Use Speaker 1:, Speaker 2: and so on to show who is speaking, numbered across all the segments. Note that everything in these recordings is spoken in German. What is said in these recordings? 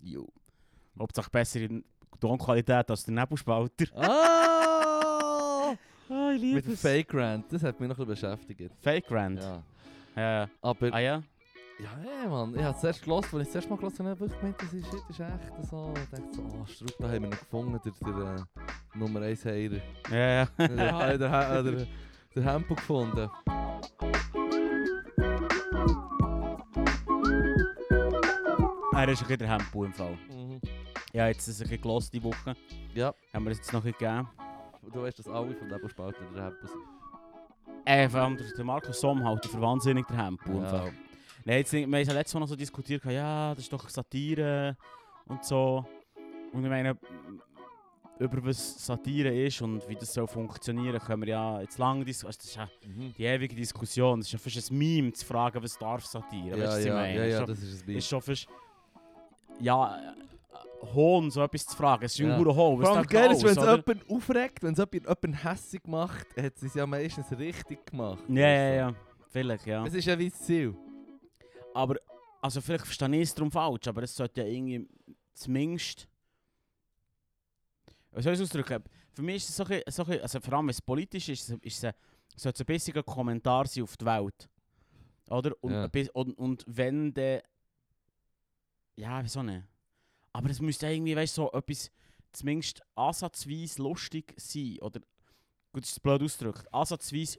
Speaker 1: Jo.
Speaker 2: Hauptsache bessere Tonqualität als der Nebelspalter.
Speaker 1: Ah!
Speaker 2: Ah, ich
Speaker 1: Mit dem Fake Rant, das hat mich noch ein bisschen beschäftigt.
Speaker 2: Fake Rand.
Speaker 1: Ja.
Speaker 2: Ja. ja.
Speaker 1: Aber,
Speaker 2: Ah ja?
Speaker 1: ja, ja, Mann, ich habe es erst gehört, als ich es erst mal gehört habe, habe ich gemeint, das ist, das ist echt so. Ich dachte so, oh, Strupp, da haben wir ihn gefunden, der, der äh, Nummer 1 Heiler.
Speaker 2: Ja, ja.
Speaker 1: der, der, der, der, der Hempel gefunden.
Speaker 2: er ist ein bisschen der Hempo im Fall.
Speaker 1: Mhm.
Speaker 2: Ja, jetzt ist es ein bisschen gelost die Woche.
Speaker 1: Ja,
Speaker 2: Haben wir es jetzt noch ein bisschen gegeben.
Speaker 1: du weißt, dass alle von dem Spalten der Hempel sind.
Speaker 2: Äh, vor allem der der Markus Somhalter, für wahnsinnig der Hempo im
Speaker 1: Ja.
Speaker 2: Fall. Nein, jetzt, nicht- wir haben ja letztes Mal noch so diskutiert, ja, das ist doch Satire und so. Und ich meine, über was Satire ist und wie das soll funktionieren, können wir ja jetzt lange diskutieren. Das ist ja
Speaker 1: Mhm.
Speaker 2: die ewige Diskussion. Es ist ja fast ein Meme zu fragen, was darf Satire? weißt du,
Speaker 1: Ja,
Speaker 2: was ich
Speaker 1: ja,
Speaker 2: meine?
Speaker 1: ja,
Speaker 2: Es ist
Speaker 1: ja,
Speaker 2: schon-
Speaker 1: das ist ein
Speaker 2: Es ist
Speaker 1: Bild.
Speaker 2: schon fast. Ja, äh, Hohn, so etwas zu fragen. Es ist
Speaker 1: Ja.
Speaker 2: ein hoher Hohn. was
Speaker 1: Vor allem
Speaker 2: denkt
Speaker 1: geil ist, wenn es
Speaker 2: alles, oder?
Speaker 1: jemanden aufregt, wenn es jemanden hässig macht, hat sie es ja meistens richtig gemacht.
Speaker 2: Ja, ja, ja. Vielleicht, ja.
Speaker 1: Es ist ja wie das Ziel.
Speaker 2: Aber, also vielleicht verstehe ich es darum falsch, aber es sollte ja irgendwie zumindest. Wie soll ich es ausdrücken? Für mich ist es so ein bisschen, so ein bisschen- also vor allem wenn es politisch ist, ist es ein, sollte es ein bisschen ein Kommentar sein auf die Welt. Oder? Und,
Speaker 1: Ja.
Speaker 2: ein bisschen, und, und wenn der. Ja, wieso nicht? Aber es müsste irgendwie, weißt du, so etwas zumindest ansatzweise lustig sein. Oder, gut, das ist blöd ausgedrückt. Ansatzweise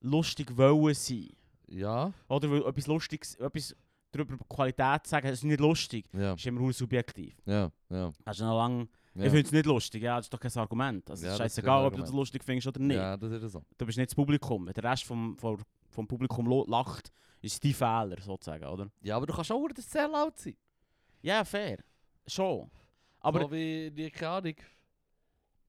Speaker 2: lustig wollen sein.
Speaker 1: Ja,
Speaker 2: Oder weil etwas Lustiges, etwas darüber Qualität zu sagen, das ist nicht lustig,
Speaker 1: ja,
Speaker 2: ist immer nur subjektiv.
Speaker 1: ja, ja.
Speaker 2: Hast du noch lange,
Speaker 1: ja.
Speaker 2: Ich finde es nicht lustig, ja, das ist doch kein Argument. Also,
Speaker 1: Ja,
Speaker 2: es ist
Speaker 1: das ist
Speaker 2: scheißegal,
Speaker 1: kein
Speaker 2: ob du das
Speaker 1: Argument.
Speaker 2: lustig findest oder nicht.
Speaker 1: Ja, das ist so.
Speaker 2: Du bist nicht das Publikum. Wenn der Rest vom, vom, vom Publikum lo- lacht, ist es dein Fehler, sozusagen, oder?
Speaker 1: Ja, aber du kannst auch das sehr laut sein.
Speaker 2: Ja, fair. Schon. Aber
Speaker 1: so wie die keine Ahnung.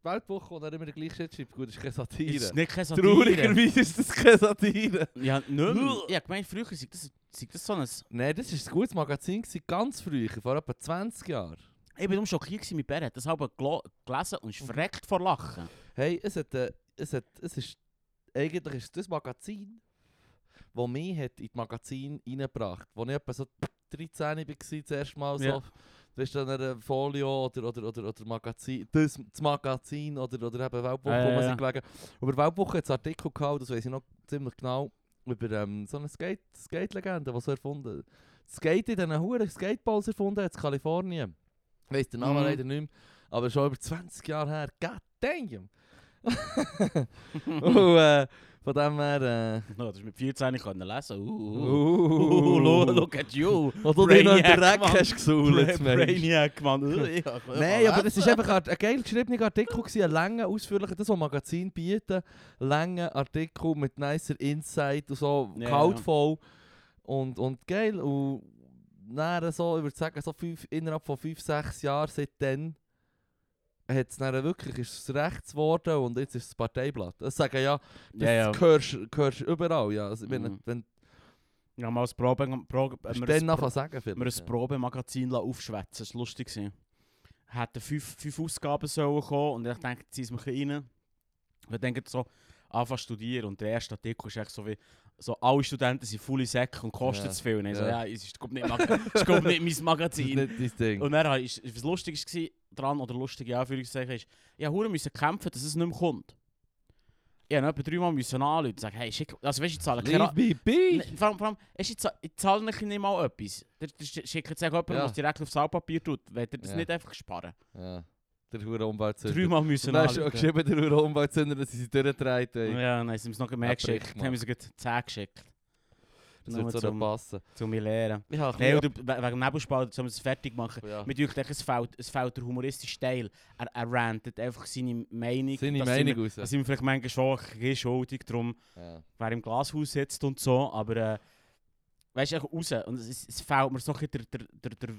Speaker 1: Weltwoche und dann immer der gleiche Shit schreibt. Gut, das ist keine Satire.
Speaker 2: es ist nicht keine Satire.
Speaker 1: Traurigerweise ist das keine dus Satire.
Speaker 2: Ja, nicht mehr.
Speaker 1: Uah.
Speaker 2: Ja, ich meine, früher sei das, sei das so ein...
Speaker 1: Nein, das war ein gutes Magazin, gewesen, ganz früher, vor etwa 20 Jahren.
Speaker 2: Ich war schockiert gewesen mit Bär, hat das halbe gelo- gelesen und ist verreckt vor Lachen.
Speaker 1: Hey, es hat, äh, es hat, es ist, eigentlich ist das Magazin, das mich hat in das Magazin reingebracht wo ich etwa so 13 war, das erste Mal so.
Speaker 2: Ja.
Speaker 1: Du hast dann ein Folio oder, oder, oder, oder Magazin, das, das Magazin oder, oder eben Weltwoche,
Speaker 2: Ja,
Speaker 1: wo man
Speaker 2: ja,
Speaker 1: sich gelegen Über Weltwoche hat es Artikel gehabt, das weiß ich noch ziemlich genau, über ähm, so eine Skate- Skate-Legende, die so erfunden Skate in diesen Huren Skateballs erfunden hat in Kalifornien. Ich weiss den Namen
Speaker 2: Mhm.
Speaker 1: leider nicht mehr, aber schon über 20 Jahre her. God damn! Und äh, von dem her. Äh,
Speaker 2: No, das ist mit 14 können lesen. Uh, uh.
Speaker 1: uh,
Speaker 2: Oh, lo- look at you.
Speaker 1: Und du dich noch in den
Speaker 2: Brainiac,
Speaker 1: Dreck hast gesault, Mensch.
Speaker 2: Brainiac, Mann. Ui, ja,
Speaker 1: Nein, aber das war einfach ein, ein geil geschriebener Artikel, gewesen, ein langer, ausführlicher, das, was Magazin bieten, langer Artikel mit nicer Insight und so,
Speaker 2: Ja,
Speaker 1: kaltvoll und, und geil. Und dann so, ich würde sagen, so fünf, innerhalb von 5, 6 Jahren seitdem hat es dann wirklich ist es rechts geworden und jetzt ist es das Parteiblatt. Das sagen ja, das
Speaker 2: Ja, ja.
Speaker 1: hörst hörst du überall. Ja. Also, wenn,
Speaker 2: Mhm.
Speaker 1: wenn
Speaker 2: Ja, mal ein Probe... Probe
Speaker 1: hast
Speaker 2: haben
Speaker 1: du
Speaker 2: wir ein
Speaker 1: dann anfangen zu sagen,
Speaker 2: Pro- haben wir
Speaker 1: vielleicht.
Speaker 2: ein Probemagazin lassen aufschwätzen Das war lustig. gewesen. Hätten fünf, fünf Ausgaben sollen kommen und ich denke, zieh es mir ein bisschen rein. Wir denken so, anfangen zu studieren und der erste Artikel ist echt so wie... So, alle Studenten sind volle Säcke und kosten
Speaker 1: Ja.
Speaker 2: zu viel. Und ich so,
Speaker 1: Ja.
Speaker 2: ja, es ist kommt nicht, Maga- es kommt nicht mein
Speaker 1: das ist
Speaker 2: Magazin.
Speaker 1: nicht dein Ding.
Speaker 2: Und dann war es lustig dran, oder lustige Anführungszeichen, ist, ja, Huren müssen kämpfen, dass es nicht mehr kommt. Ich musste etwa dreimal müssen anrufen und sagen, hey, schick, also weißt du, ich zahle keine
Speaker 1: Leave
Speaker 2: Ra-
Speaker 1: me be!
Speaker 2: Ne, Vor allem, vor allem weisst du, ich zahle, ich zahle nicht nicht mal etwas. Der, der sch- schickt jetzt jemanden,
Speaker 1: Ja.
Speaker 2: der es direkt aufs Altpapier tut, wenn der das
Speaker 1: Ja.
Speaker 2: nicht einfach sparen.
Speaker 1: Ja. Der hure Umweltsünder.
Speaker 2: Dreimal müssen
Speaker 1: Dann hast du auch
Speaker 2: anrufen.
Speaker 1: geschrieben, der hure Umweltsünder, dass sie sie durchdreht haben.
Speaker 2: Ja, nein, sie haben es noch mehr
Speaker 1: Ja,
Speaker 2: geschickt.
Speaker 1: Bricht,
Speaker 2: Dann haben wir sie gerade 10 geschickt,
Speaker 1: Das
Speaker 2: Nur
Speaker 1: wird so
Speaker 2: zum-
Speaker 1: nicht passen.
Speaker 2: um mich zu lernen.
Speaker 1: Ich habe
Speaker 2: Nein, oder we- wegen dem Nebelspalter, sollen wir es fertig machen.
Speaker 1: ja.
Speaker 2: Mit euch, es fehlt, es fehlt der humoristische Teil. Er, er rantet einfach seine Meinung.
Speaker 1: seine
Speaker 2: dass sie
Speaker 1: Meinung raus.
Speaker 2: Da sind wir vielleicht manchmal schon ein bisschen schuldig darum,
Speaker 1: Ja.
Speaker 2: wer im Glashaus sitzt und so, aber äh, weißt du, raus. Und es, es fehlt mir so ein bisschen der, der, der, der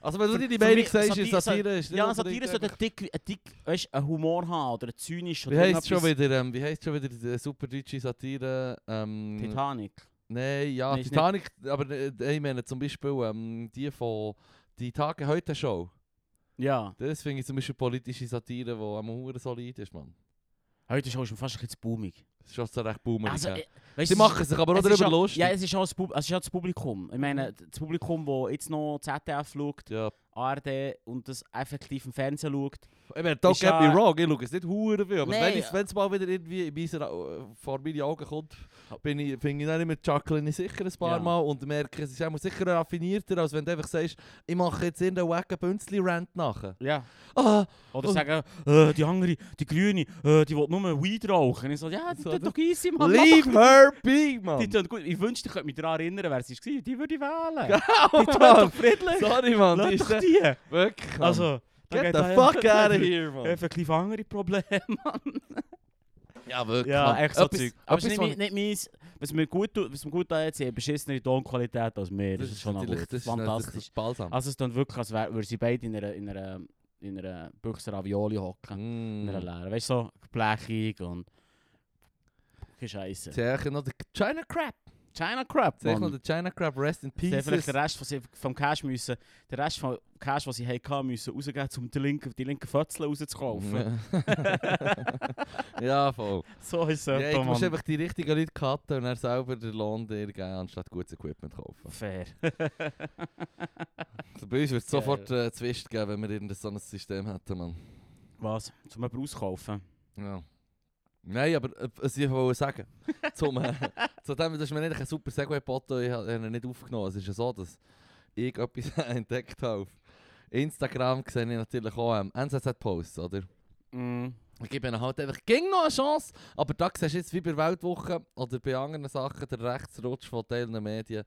Speaker 1: Also wenn du
Speaker 2: Für-
Speaker 1: dir die
Speaker 2: für
Speaker 1: Meinung
Speaker 2: mich-
Speaker 1: sagst,
Speaker 2: Sati-
Speaker 1: ist Satire... Ist nicht
Speaker 2: Ja,
Speaker 1: unbedingt
Speaker 2: Satire sollte
Speaker 1: einfach-
Speaker 2: einen dick, ein dick weißt, einen Humor haben oder einen zynisch
Speaker 1: Wie
Speaker 2: oder
Speaker 1: heisst schon
Speaker 2: irgendetwas.
Speaker 1: wieder, ähm, wie heisst schon wieder die superdeutsche Satire? Ähm,
Speaker 2: Titanic.
Speaker 1: Nein, ja,
Speaker 2: Nein, ist
Speaker 1: Titanic, aber äh, ich meine zum Beispiel ähm, die von «Die Tage heute Show».
Speaker 2: Ja.
Speaker 1: Das finde ich zum Beispiel politische Satire, die am Huren solid ist, Mann.
Speaker 2: Heute ist schon fast ein bisschen zu boomig.
Speaker 1: Das ist schon so recht boomerig.
Speaker 2: Also,
Speaker 1: ja.
Speaker 2: äh, weißt
Speaker 1: Sie
Speaker 2: du,
Speaker 1: machen sich aber auch
Speaker 2: es
Speaker 1: darüber
Speaker 2: ist auch-
Speaker 1: lustig.
Speaker 2: Ja,
Speaker 1: Ja,
Speaker 2: es ist auch das, Pub es ist auch das Publikum. Ich meine, das Publikum, das jetzt noch ZDF schaut, ARD und das effektiv im Fernsehen schaut.
Speaker 1: Ich meine, don't
Speaker 2: Ist
Speaker 1: get
Speaker 2: ja-
Speaker 1: me wrong, ich schaue es nicht hure viel, aber
Speaker 2: Nein,
Speaker 1: wenn
Speaker 2: ja.
Speaker 1: es wenn's mal wieder irgendwie in meiner, äh, vor meine Augen kommt, bin ich, finde ich dann immer Jacqueline sicher ein
Speaker 2: Ja.
Speaker 1: paar Mal und merke, es ist auch sicher raffinierter, als wenn du einfach sagst, ich mache jetzt irgendeinen wacken Bünzli-Rant nachher.
Speaker 2: Ja.
Speaker 1: Ah,
Speaker 2: Oder
Speaker 1: Und-
Speaker 2: sagen, äh, die andere, die Grüne, äh, die will nur Weed rauchen. Und ich so, ja, die
Speaker 1: So,
Speaker 2: tut
Speaker 1: das-
Speaker 2: doch easy, Mann. mach
Speaker 1: leave her
Speaker 2: doch- Die
Speaker 1: be, man!
Speaker 2: tun gut. Ich wünschte, ich könnte mich daran erinnern, wer sie war. Die würde ich wählen. die tun
Speaker 1: Mann.
Speaker 2: doch friedlich.
Speaker 1: Sorry, man,
Speaker 2: Lass
Speaker 1: die ist
Speaker 2: doch die.
Speaker 1: wirklich, Mann.
Speaker 2: Also, da
Speaker 1: get
Speaker 2: geht da-
Speaker 1: the fuck out of here, man!
Speaker 2: Effektiv andere Probleme.
Speaker 1: Ja, wirklich,
Speaker 2: Ja,
Speaker 1: man.
Speaker 2: echt so
Speaker 1: Etwas-
Speaker 2: Zeug. Aber es
Speaker 1: etwas,
Speaker 2: ist
Speaker 1: was-
Speaker 2: nicht, mein- nicht meins. Was mir gut tut, was mir gut tut, jetzt haben beschissenere Tonqualität als Dus mir. Das, ist schon noch
Speaker 1: natürlich-
Speaker 2: gut.
Speaker 1: das ist
Speaker 2: Fantastisch.
Speaker 1: natürlich Balsam.
Speaker 2: Also es dann wirklich, als wär- würden sie beide in einer, in einer, in einer Büchse Ravioli hocken.
Speaker 1: Mm.
Speaker 2: in einer Lehre. Weißt du, so blechig und. Scheiße.
Speaker 1: Zeig noch den China Crab.
Speaker 2: China Crap,
Speaker 1: Zeig noch
Speaker 2: Mann.
Speaker 1: den China Crab, rest in
Speaker 2: Sie haben vielleicht
Speaker 1: peace.
Speaker 2: den Rest von sie, vom Cash müssen, den Rest vom Cash, den sie hatten, müssen rausgeben, um die linken, die linken Fötzel rauszukaufen.
Speaker 1: ja, voll.
Speaker 2: So ist es.
Speaker 1: Ja,
Speaker 2: etwa,
Speaker 1: ich muss
Speaker 2: Mann.
Speaker 1: einfach die richtigen Leute cutten und dann selber den Lohn dir geben, anstatt gutes Equipment kaufen.
Speaker 2: Fair.
Speaker 1: Also bei uns würde es
Speaker 2: Geil.
Speaker 1: sofort äh, Zwist geben, wenn wir irgendein so ein System hätten, Mann.
Speaker 2: Was? Zum jemanden auskaufen?
Speaker 1: Ja. Nein, aber äh, was ich wollte sagen, zum, äh, zu dem, das ist mir eigentlich ein super Segway-Foto, ich habe ihn nicht aufgenommen. Es ist ja so, dass ich etwas entdeckt habe. auf Instagram sehe ich natürlich auch ähm, NZZ-Posts, oder?
Speaker 2: Mm.
Speaker 1: Ich gebe ihnen halt einfach ging noch eine Chance, aber da siehst du jetzt wie bei Weltwoche oder bei anderen Sachen der Rechtsrutsch von Teilen der Medien.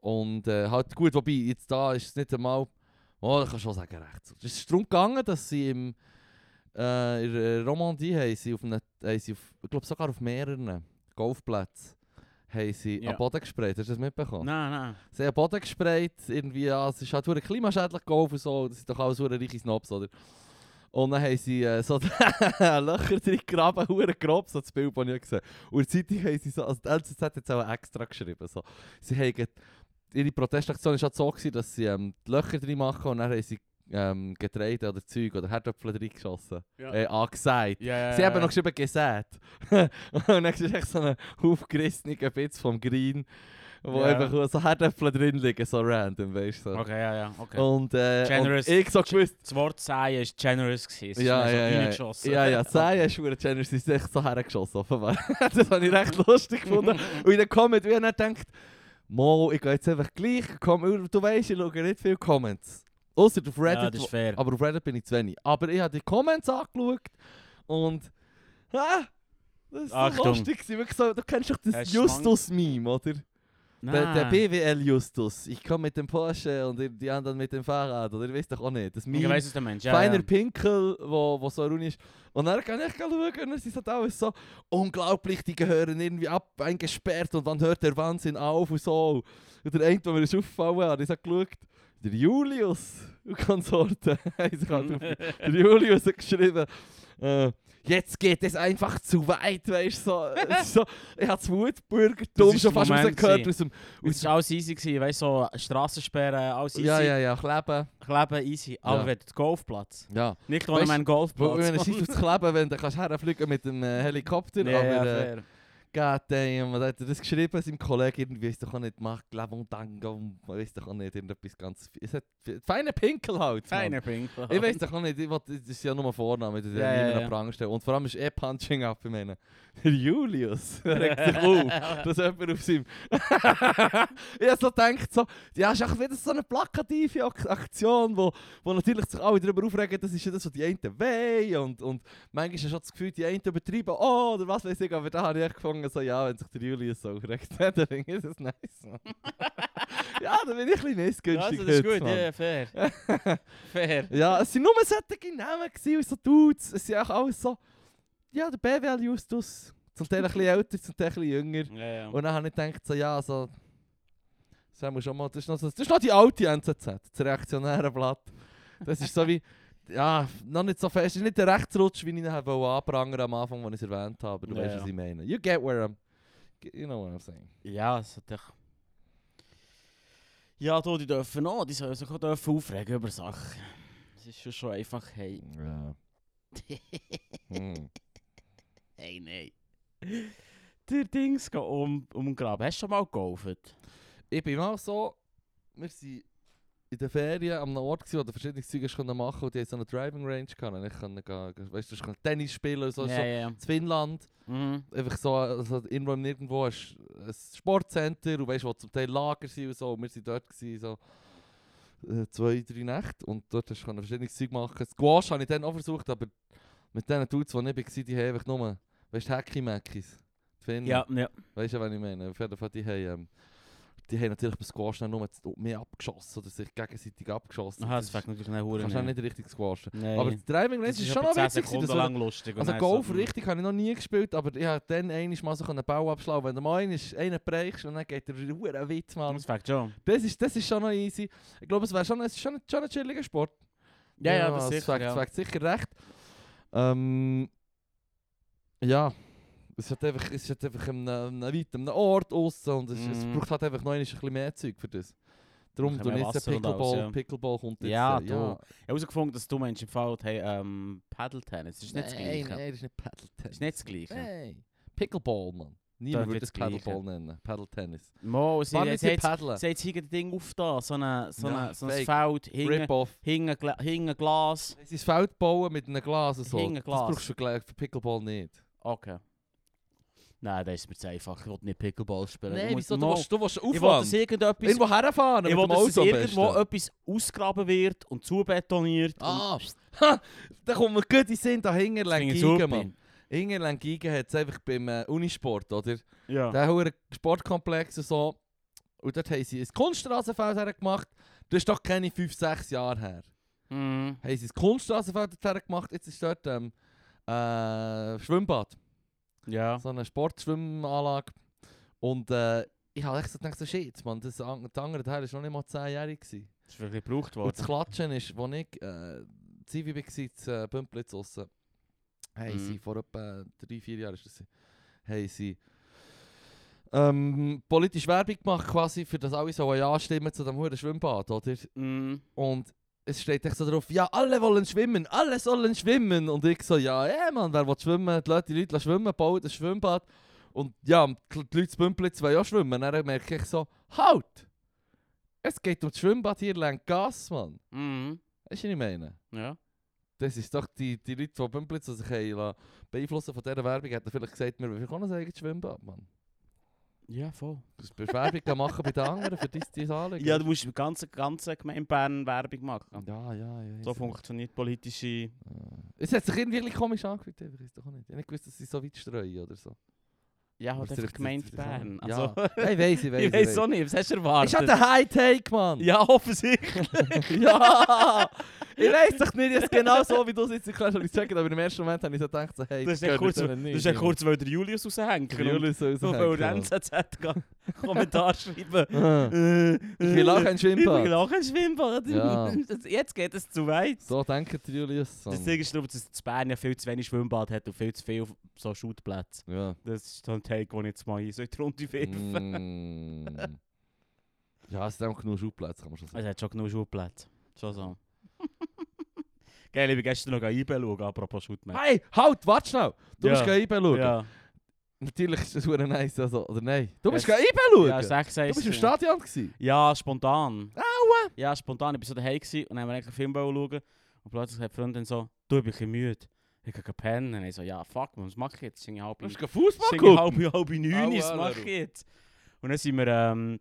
Speaker 1: Und äh, halt gut, wobei jetzt da ist es nicht einmal, oh, ich kann schon sagen Rechtsrutsch. Es ist darum gegangen, dass sie im äh, in der Romandie haben sie auf, einem, haben sie auf ich glaube sogar auf mehreren Golfplätzen haben sie
Speaker 2: Ja.
Speaker 1: am Boden gesprayt. Hast du das mitbekommen?
Speaker 2: Nein, nein.
Speaker 1: Sie haben am Boden gesprayt, irgendwie, ja, es ist halt verdammt klimaschädlich Golf und so, das sind doch alles hure reiche Snobs, oder? Und dann haben sie äh, so Löcher drin gegraben, hure grob, so das Bild, das ich gesehen habe. Und in der Zeitung haben sie so, also die LZZ hat es auch extra geschrieben, so. Sie haben, ihre Protestaktion war halt so, gewesen, dass sie ähm, die Löcher drin machen und dann haben sie ähm, Getreide oder Zeug oder Herdöpfel drin geschossen,
Speaker 2: Ja.
Speaker 1: äh, angesagt.
Speaker 2: Ja, ja,
Speaker 1: Sie
Speaker 2: ja,
Speaker 1: haben
Speaker 2: ja.
Speaker 1: noch geschrieben «gesät». und dann ist echt so ein aufgerissener Bitz vom Green, wo
Speaker 2: Ja.
Speaker 1: einfach so Herdäpfel drin liegen, so random, weißt du. So.
Speaker 2: Okay, ja, ja. Okay.
Speaker 1: Und, äh,
Speaker 2: Generous.
Speaker 1: und ich so gewusst,
Speaker 2: Das Wort «Seien» war generous. gewesen. Es ist
Speaker 1: ja,
Speaker 2: mir so
Speaker 1: ja, ja,
Speaker 2: reingeschossen.
Speaker 1: ja, ja, Zaya ist verdammt generous, sie ist echt so hergeschossen, offenbar. das habe ich recht lustig gefunden. und in den Comments, wie er dann denkt, «Mo, ich gehe jetzt einfach gleich, komm, du weißt, ich schaue nicht viele Comments.» Außer auf Reddit,
Speaker 2: ja, das
Speaker 1: wo-
Speaker 2: ist fair.
Speaker 1: aber auf Reddit bin ich zu wenig. Aber ich habe die Comments angeschaut und. Ah, das ist so
Speaker 2: Achtung.
Speaker 1: lustig. gewesen. Wirklich so, du kennst doch
Speaker 2: Er
Speaker 1: das
Speaker 2: ist
Speaker 1: Justus-Meme, oder? Der, der
Speaker 2: Nein.
Speaker 1: BWL Justus. Ich komme mit dem Porsche und die- die anderen mit dem Fahrrad. Oder ihr wisst doch auch nicht. Das
Speaker 2: Ich
Speaker 1: Meme.
Speaker 2: weiss, was der Mensch ja,
Speaker 1: Feiner
Speaker 2: ja.
Speaker 1: Pinkel, wo, wo so rund ist. Und dann kann ich schauen und dann sind halt alles so unglaublich, die gehören irgendwie ab, eingesperrt und wann hört der Wahnsinn auf und so. Und der eine, der mir ist aufgefallen hat, ich so geschaut, der Julius und Konsorten. haben sich halt auf- der Julius hat geschrieben, äh, jetzt geht es einfach zu weit, weißt du. So, es ist so, ich habe das Wutbürgertum
Speaker 2: Das ist
Speaker 1: schon
Speaker 2: der
Speaker 1: fast
Speaker 2: Moment
Speaker 1: rausgehört
Speaker 2: gewesen.
Speaker 1: aus dem...
Speaker 2: Und Es war alles easy, gewesen, weißt du, so Strassensperren, alles easy,
Speaker 1: Ja, ja, ja, kleben.
Speaker 2: Kleben easy. Aber
Speaker 1: Ja.
Speaker 2: wenn der Golfplatz.
Speaker 1: Ja.
Speaker 2: Nicht ohne
Speaker 1: Weißt-
Speaker 2: meinen
Speaker 1: Wo wenn es
Speaker 2: Golfplatz.
Speaker 1: ist aufs Kleben, wenn du kannst herfliegen mit dem äh, Helikopter,
Speaker 2: Ja, ja,
Speaker 1: aber äh,
Speaker 2: fair.
Speaker 1: goddamn, was hat er das geschrieben, seinem Kollegen irgendwie, ist doch auch nicht, macht Levantango, weiß doch auch nicht, irgendetwas ganz, es hat feine Pinkel halt, Mann.
Speaker 2: Feiner Pinkel.
Speaker 1: Ich weiß doch auch nicht, ich will, das ist ja nur ein Vorname, das
Speaker 2: Ja,
Speaker 1: ja,
Speaker 2: ja,
Speaker 1: niemand
Speaker 2: ja.
Speaker 1: ja. Pranger stellen. Und vor allem ist eh Punching Up, ich meine, der Julius regt sich auf, dass jemand auf seinem... ich hab so gedacht, so, ja, ist auch wieder so eine plakative Ak- Aktion, wo, wo natürlich sich alle darüber aufregen, das ist ja das, was die einen wollen und, und manchmal hast du schon das Gefühl, die einen übertreiben, oh, oder was weiß ich, aber da habe ich echt gefunden, so, ja, wenn sich der Julius so aufregt, dann finde ich das nice, Mann. ja, da bin ich ein bisschen missgünstig
Speaker 2: Ja, also, das ist
Speaker 1: heute,
Speaker 2: gut,
Speaker 1: Mann.
Speaker 2: ja, fair. fair.
Speaker 1: Ja, es waren nur solche Namen, gewesen, und so Dudes. Es sind auch alles so... Ja, der BWL Justus. Zum Teil ein bisschen älter, zum Teil ein bisschen jünger.
Speaker 2: Ja, ja.
Speaker 1: Und dann habe ich gedacht, so, ja, so... Das, wir schon mal, das, ist noch, so- das ist noch die alte NZZ, das reaktionäre Blatt. Das ist so wie... Ja, noch nicht so fest. Es ist nicht der Rechtsrutsch, wie ich ihn habe anprangern am Anfang, als ich es erwähnt habe. Du
Speaker 2: Ja,
Speaker 1: weißt,
Speaker 2: ja.
Speaker 1: was ich meine. You get where I'm... You know what I'm saying.
Speaker 2: Ja, es hat doch. Ja, du, die dürfen auch, die sollen sich auch dürfen aufregen über Sachen. Es ist schon schon einfach, hey,
Speaker 1: Ja. Hm.
Speaker 2: hey, nein. der Dings gehen um, umgraben. Hast du schon mal gegolft?
Speaker 1: Ich bin mal so, wir waren in den Ferien an einem Ort, gewesen, wo du verschiedene Zeug hast können machen und die haben so eine Driving Range gehabt. Und ich konnte gehen, weißt du, du kannst Tennis spielen und so.
Speaker 2: ja,
Speaker 1: so
Speaker 2: ja.
Speaker 1: in Finnland,
Speaker 2: Mhm.
Speaker 1: einfach so, also irgendwo im Nirgendwo hast du ein Sportcenter und weißt, wo zum Teil Lager sind und so. Und wir waren dort gewesen, so äh, zwei, drei Nächte und dort hast du können verschiedene Zeug machen. Squash habe ich dann auch versucht, aber mit diesen Dudes, die ich war, die haben einfach nur, weißt du, Hacky-Mackis. Die Finnen.
Speaker 2: Ja, ja.
Speaker 1: Weißt du, was ich meine? Auf jeden Fall, die haben, ähm, die haben natürlich beim Squash dann nur zu- mehr abgeschossen oder sich gegenseitig abgeschossen.
Speaker 2: Aha, das
Speaker 1: ist-
Speaker 2: fängt natürlich nicht
Speaker 1: kannst du auch
Speaker 2: hure
Speaker 1: nicht richtig squashen.
Speaker 2: Nein.
Speaker 1: Aber das Driving Range
Speaker 2: Das
Speaker 1: ist, schon noch
Speaker 2: etwa 10
Speaker 1: witzig. gewesen,
Speaker 2: Sekunden
Speaker 1: dass
Speaker 2: lang lustig. und
Speaker 1: also
Speaker 2: dann
Speaker 1: Golf
Speaker 2: so,
Speaker 1: richtig habe ich noch nie gespielt, aber ich habe dann einmal mal so einen Bau abschlagen. Wenn du mal einen, einen prägst und dann geht der Ruhe Witz,
Speaker 2: mm,
Speaker 1: Mann.
Speaker 2: Das fängt schon.
Speaker 1: Das ist, das ist schon noch easy. Ich glaube, es wäre schon, es ist schon, schon ein chilliger Sport.
Speaker 2: Ja, ja, das
Speaker 1: es
Speaker 2: sicher.
Speaker 1: fängt- es
Speaker 2: Ja.
Speaker 1: fängt sicher recht. Ähm, ja, es hat einfach, es hat einfach einen, einen weiten Ort aussen und es, es
Speaker 2: Mhm.
Speaker 1: braucht halt einfach noch einmal ein bisschen mehr Zeug für das. Darum,
Speaker 2: Ein
Speaker 1: du
Speaker 2: bisschen mehr
Speaker 1: nicht
Speaker 2: Wasser und alles,
Speaker 1: Pickleball,
Speaker 2: ja.
Speaker 1: Pickleball kommt jetzt.
Speaker 2: eh, Ja,
Speaker 1: äh,
Speaker 2: du. Ich habe herausgefunden, dass du Menschen gefallen hey, ähm, Paddle Tennis, das ist nicht das
Speaker 1: Nein,
Speaker 2: Gleiche.
Speaker 1: nein, das ist nicht Paddle
Speaker 2: Das
Speaker 1: Tennis.
Speaker 2: ist nicht das Gleiche.
Speaker 1: Nein. Pickleball, Mann. Niemand
Speaker 2: Dort
Speaker 1: würde
Speaker 2: wird's
Speaker 1: es Paddleball nennen. Paddle Tennis.
Speaker 2: Mo, sie
Speaker 1: Wann
Speaker 2: haben
Speaker 1: ist sie
Speaker 2: jetzt
Speaker 1: paddeln?
Speaker 2: Sie haben jetzt irgendein Ding auf da, so, eine, so,
Speaker 1: Ja,
Speaker 2: eine, so ein
Speaker 1: fake.
Speaker 2: Feld, hinten
Speaker 1: Rip-off.
Speaker 2: hinten Gla- hinten Glas.
Speaker 1: Es ist Feld bauen mit einem Glas und so.
Speaker 2: Hinten
Speaker 1: Das
Speaker 2: Glas.
Speaker 1: brauchst du für für Pickleball nicht.
Speaker 2: Okay. Nein, das ist mir zu einfach. Ich will nicht Pickleball spielen.
Speaker 1: Nein,
Speaker 2: Ich
Speaker 1: wieso? Du
Speaker 2: Mo,
Speaker 1: willst, du willst
Speaker 2: Ich will, dass
Speaker 1: Aufwand.
Speaker 2: irgendetwas,
Speaker 1: Irgendwo herfahren
Speaker 2: ich
Speaker 1: mit
Speaker 2: will,
Speaker 1: dem
Speaker 2: dass
Speaker 1: Auto am
Speaker 2: irgendwo
Speaker 1: besten.
Speaker 2: etwas ausgraben wird und zubetoniert.
Speaker 1: Ah, ha, da kommt mir gut in den Sinn, da hinten
Speaker 2: und ich
Speaker 1: Langigen, Mann. Hinten Langigen hat es einfach beim äh, Unisport, oder?
Speaker 2: Ja.
Speaker 1: Der hohe Sportkomplex und so. Und dort haben sie ein Kunststraßenfeld hergemacht. Das ist doch keine 5, 6 Jahre her.
Speaker 2: Mhm.
Speaker 1: haben sie das Kunststraßenfeld dorthin gemacht. Jetzt ist dort ähm, äh, Schwimmbad.
Speaker 2: Ja.
Speaker 1: So eine Sportschwimmanlage. Und äh, ich habe echt so gedacht, so shit, man, das, an- das andere Teil war noch nicht mal 10-jährig. gewesen.
Speaker 2: Das ist wirklich gebraucht
Speaker 1: Und das
Speaker 2: worden.
Speaker 1: Klatschen ist, als ich äh, Zivi war, zu äh, Bümplitz draussen, haben
Speaker 2: Mhm.
Speaker 1: sie vor etwa 3-4 Jahren, ist das, gewesen, haben sie ähm, politisch Werbung gemacht, quasi, für das alle so Ja stimmen zu diesem hohen Schwimmbad, oder?
Speaker 2: Mhm.
Speaker 1: Und es steht echt so drauf, ja, alle wollen schwimmen, alle sollen schwimmen. Und ich so, ja, ja, man, wer will schwimmen? Die Leute, die Leute lassen schwimmen, bauen ein Schwimmbad. Und ja, und die die Leute zu Bümplitz wollen auch schwimmen. Dann merke ich so, halt! Es geht um das Schwimmbad hier, lang Gas, Mann.
Speaker 2: Mhm.
Speaker 1: Weißt du, was ich meine?
Speaker 2: Ja.
Speaker 1: Das ist doch die, die Leute, die Bümplitz die sich haben lassen beeinflussen von dieser Werbung, hätten vielleicht gesagt, wir wollen auch noch ein eigenes Schwimmbad, Mann.
Speaker 2: Ja, voll.
Speaker 1: Du musst Werbung gehen machen bei den anderen für dein, dein Anliegen. Ah,
Speaker 2: Ja, du musst im ganzen, ganzen Gemeinde Bern Werbung machen.
Speaker 1: ja, ja, ja.
Speaker 2: So
Speaker 1: ist-
Speaker 2: funktioniert politische...
Speaker 1: Es hat sich irgendwie ein bisschen komisch angefühlt, einfach, ist doch auch nicht. Ich hab nicht gewusst, dass sie so weit streuen oder
Speaker 2: Ah,
Speaker 1: so.
Speaker 2: Ja, halt
Speaker 1: Aber
Speaker 2: einfach
Speaker 1: zurück zu-
Speaker 2: Gemeinde
Speaker 1: zu-
Speaker 2: Bern.
Speaker 1: Ja.
Speaker 2: Also,
Speaker 1: Hey, weiss, ich weiss.
Speaker 2: ich weiß auch nicht, was hast du erwartet?
Speaker 1: Ist ja der High-Take, Mann!
Speaker 2: ja, offensichtlich.
Speaker 1: ja! Ich weiss doch nicht, jetzt genau so, wie du es jetzt erklärst, hab ich's gecheckt, aber im ersten Moment habe ich so gedacht, so, hey,
Speaker 2: Das ist ja kurz- Das ist ja kurz, weil der Julius raushängt. Und
Speaker 1: Julius soll es
Speaker 2: Noch weil der NZZ kann Kommentar schreiben.
Speaker 1: Ah,
Speaker 2: Äh,
Speaker 1: Ich will auch kein Schwimmbad.
Speaker 2: Ich will auch kein Schwimmbad.
Speaker 1: Ja.
Speaker 2: Das- Jetzt geht es zu weit.
Speaker 1: So denkt der Julius. Mann.
Speaker 2: Das Ding ist, darum, dass in Bern ja viel zu wenig Schwimmbad hat und viel zu viel so Shootplätze.
Speaker 1: Ja.
Speaker 2: Das ist so ein Take, den ich jetzt mal in so in die Runde werfe.
Speaker 1: Mm. Ja, es sind auch genug Schubplätze, kann man schon sagen.
Speaker 2: Es hat schon genug Shootplätze. Schon so. Geil, ich bin gestern noch IB schauen, apropos Shootmatch.
Speaker 1: Hey, halt, warte schnell! Du
Speaker 2: Ja.
Speaker 1: musst gehen reinschauen.
Speaker 2: Ja,
Speaker 1: Natürlich ist das super nice, also, oder nein? Du bist
Speaker 2: Ja,
Speaker 1: gehen reinschauen!
Speaker 2: ja 6
Speaker 1: Du bist im Stadion gewesen.
Speaker 2: Ja, spontan. Aua! Ja, spontan. Ich war so daheim gewesen und dann haben wir eigentlich einen Film schauen wollen. Und plötzlich hat die Freundin so, du, ich bin ein bisschen müde. Ich kann pennen. Und ich so, ja, fuck, man, was mach ich jetzt? Singe halb,
Speaker 1: Du bist
Speaker 2: singe
Speaker 1: gehen Fußball gucken.
Speaker 2: halb, halb neun, was
Speaker 1: Aua,
Speaker 2: mach
Speaker 1: Leru.
Speaker 2: ich jetzt? Und dann sind wir, ähm,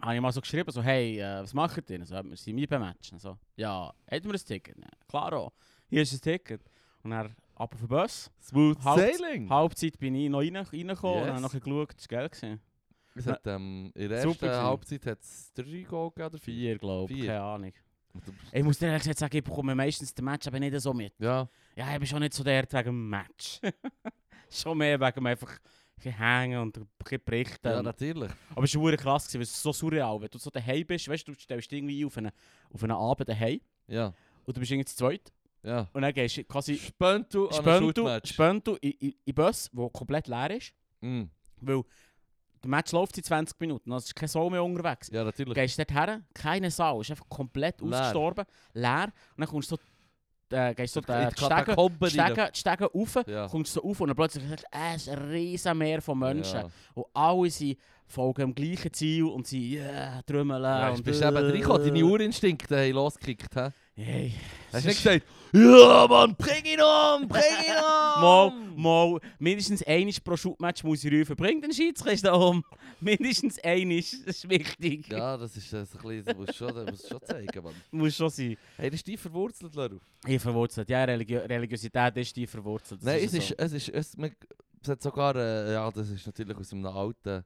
Speaker 2: habe ich mal so geschrieben, so, hey, äh, was macht ihr? Und So, wir sind im IB-Match. Und So, ja, hätten wir ein Ticket? Ja, klar auch. eh, Hier ist ein Ticket. Und dann ab auf den Bus.
Speaker 1: Smooth
Speaker 2: Halb-
Speaker 1: Sailing.
Speaker 2: Halbzeit bin ich noch rein- reingekommen und
Speaker 1: Hm. Yes.
Speaker 2: habe noch ein bisschen geschaut. Das war geil. Gewesen.
Speaker 1: Es hat, ähm, in der
Speaker 2: Super
Speaker 1: ersten
Speaker 2: gewesen.
Speaker 1: Halbzeit hat es drei Goal gegeben oder vier.
Speaker 2: Vier, glaube ich.
Speaker 1: Vier.
Speaker 2: Keine Ahnung.
Speaker 1: Und du bist-
Speaker 2: Ich muss dir ehrlich gesagt sagen, ich bekomme meistens den Match aber nicht so mit.
Speaker 1: Ja,
Speaker 2: Ja, ich bin schon nicht so der wegen dem Match. schon mehr wegen dem einfach hängen und ein bisschen berichten.
Speaker 1: ja, natürlich.
Speaker 2: aber es war verdammt krass, gewesen, weil es ist so surreal Wenn du so daheim bist, weißt du, du stellst irgendwie auf einen, auf einen Abend daheim
Speaker 1: Ja,
Speaker 2: und du bist irgendwie zu zweit
Speaker 1: ja.
Speaker 2: und dann gehst du quasi
Speaker 1: Spönt du an einem
Speaker 2: spönst du,
Speaker 1: Shootmatch.
Speaker 2: spönst du in, in, in Bus, der komplett leer ist,
Speaker 1: Mm.
Speaker 2: weil der Match läuft in 20 Minuten, also es ist kein Soul mehr unterwegs.
Speaker 1: Ja, natürlich.
Speaker 2: Gehst dort her, keine Sau, ist einfach komplett
Speaker 1: Leer.
Speaker 2: ausgestorben, leer. Und dann kommst du so äh, gehst so den
Speaker 1: in die Ka-
Speaker 2: Stegen,
Speaker 1: Katakomben rein.
Speaker 2: Stegen, Stegen rauf,
Speaker 1: Ja.
Speaker 2: kommst so auf und dann plötzlich sagst du, äh, es ist ein riesen Meer von Menschen.
Speaker 1: Ja.
Speaker 2: Und alle sind folgen dem gleichen Ziel und sie yeah, trümmeln.
Speaker 1: Ja,
Speaker 2: und Äh,
Speaker 1: du bist eben Rico, deine Urinstinkte haben losgekickt. hä?
Speaker 2: Hey,
Speaker 1: Hast
Speaker 2: es
Speaker 1: du nicht
Speaker 2: ist-
Speaker 1: gesagt, ja Mann, bring ihn um, bring ihn um!
Speaker 2: Mal, mal, mindestens einisch pro Schubmatch muss ich rufen, bring den Schiedsrichter um. Mindestens einisch, das ist wichtig.
Speaker 1: Ja, das ist das ein bisschen, das musst du schon, das musst du schon zeigen, Mann.
Speaker 2: Muss schon sein.
Speaker 1: Hey, das ist tief verwurzelt, Leru.
Speaker 2: Ich verwurzelt, ja, Religio Religiosität ist die verwurzelt. das
Speaker 1: Nein, es
Speaker 2: so.
Speaker 1: ist, es ist, es, man, es hat sogar, äh, ja, das ist natürlich aus einem alten,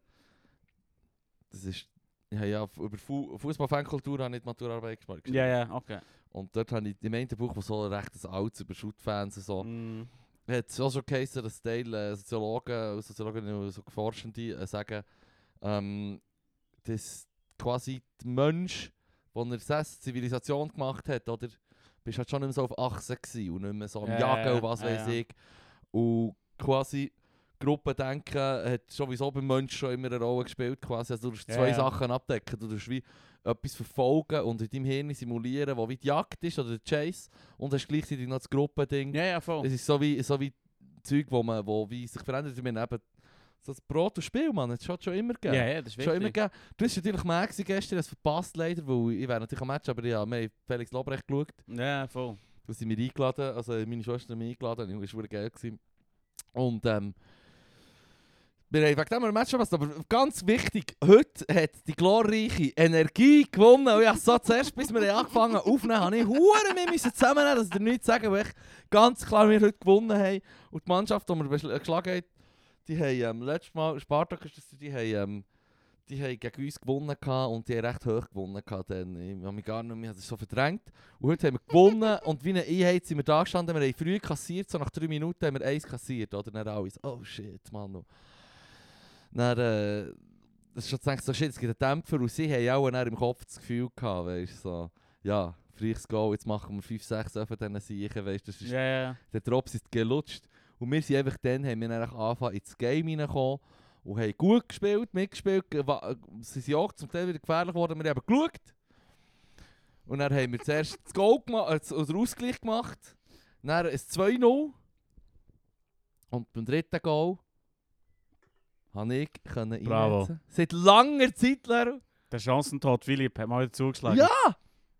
Speaker 1: das ist, ich habe ja f- über Fu Fußballfankultur habe ich die Maturarbeit gemacht. geschrieben.
Speaker 2: Ja, ja, okay.
Speaker 1: Und dort habe ich, im einen Buch, wo so ein rechtes Alts über Schuttfans und so,
Speaker 2: Mm.
Speaker 1: hat es auch schon geheißen, dass Teil äh, Soziologen, und Soziologen und so Forschende äh, sagen, ähm, dass quasi der Mensch, der er seine Zivilisation gemacht hat, oder, bist halt schon nicht mehr so auf Achsen gewesen und nicht mehr so am
Speaker 2: Ja,
Speaker 1: Jagen
Speaker 2: ja,
Speaker 1: und was
Speaker 2: ja,
Speaker 1: weiß
Speaker 2: ja.
Speaker 1: ich. Und quasi Gruppendenken hat sowieso beim Menschen schon immer eine Rolle gespielt. Quasi. Also du musst
Speaker 2: Ja,
Speaker 1: zwei
Speaker 2: ja.
Speaker 1: Sachen abdecken. Du musst wie etwas verfolgen und in deinem Hirn simulieren, wo wie die Jagd ist oder der Chase und hast gleichzeitig noch das Gruppending.
Speaker 2: Ja, ja, voll.
Speaker 1: Es ist so wie, so wie Zeug, wo man wo wie sich verändert. Ich meine, eben, so das Brot und Spiel, Mann, das hat schon immer
Speaker 2: Ja,
Speaker 1: gegeben.
Speaker 2: ja, das ist
Speaker 1: Schon immer
Speaker 2: wichtig.
Speaker 1: gegeben. Du bist natürlich mehr gewesen gestern, das verpasst leider, weil ich wäre natürlich am Match, aber ja, wir haben Felix Lobrecht geschaut.
Speaker 2: Ja, voll.
Speaker 1: Da sind wir eingeladen, also meine Schwester hat mich eingeladen, und es war geil. Gewesen. Und ähm, wir haben wegen dem ein Match verpasst, aber ganz wichtig, heute hat die glorreiche Energie gewonnen. Und ich habe so zuerst, bis wir angefangen haben aufzunehmen, habe ich Huren, wir müssen zusammennehmen, dass ich dir nichts sagen, weil ich ganz klar wir heute gewonnen haben. Und die Mannschaft, die wir beschl- äh, geschlagen haben, die haben ähm, letztes Mal, Spartak ist das, die haben, ähm, die haben gegen uns gewonnen gehabt und die haben recht hoch gewonnen gehabt. Dann. Ich habe mich gar nicht mehr, ich habe das so verdrängt. Und heute haben wir gewonnen und wie eine Einheit sind wir da gestanden. Wir haben früh kassiert, so nach drei Minuten haben wir eins kassiert, oder? Dann alles. Oh shit, Mann. Dann, äh, das ist schon gedacht, so shit, es gibt einen Dämpfer und sie haben auch dann im Kopf das Gefühl gehabt, weißt du, so, ja, freies Goal, jetzt machen wir 5-6 von diesen Siechen, weißt du, das ist
Speaker 2: Ja, ja.
Speaker 1: der Drops ist gelutscht. Und wir sind einfach dann, haben wir dann angefangen ins Game reingekommen und haben gut gespielt, mitgespielt. Äh, wa- äh, Sie sind auch zum Teil wieder gefährlich geworden, wir haben geschaut. Und dann haben wir zuerst das Goal gemacht, äh, das- oder Ausgleich gemacht. Dann ein 2-0. Und beim dritten Goal habe ich können
Speaker 2: Bravo.
Speaker 1: einnetzen. Seit langer Zeit, Lero.
Speaker 2: Der Chancentod Philipp hat mal wieder zugeschlagen.
Speaker 1: Ja!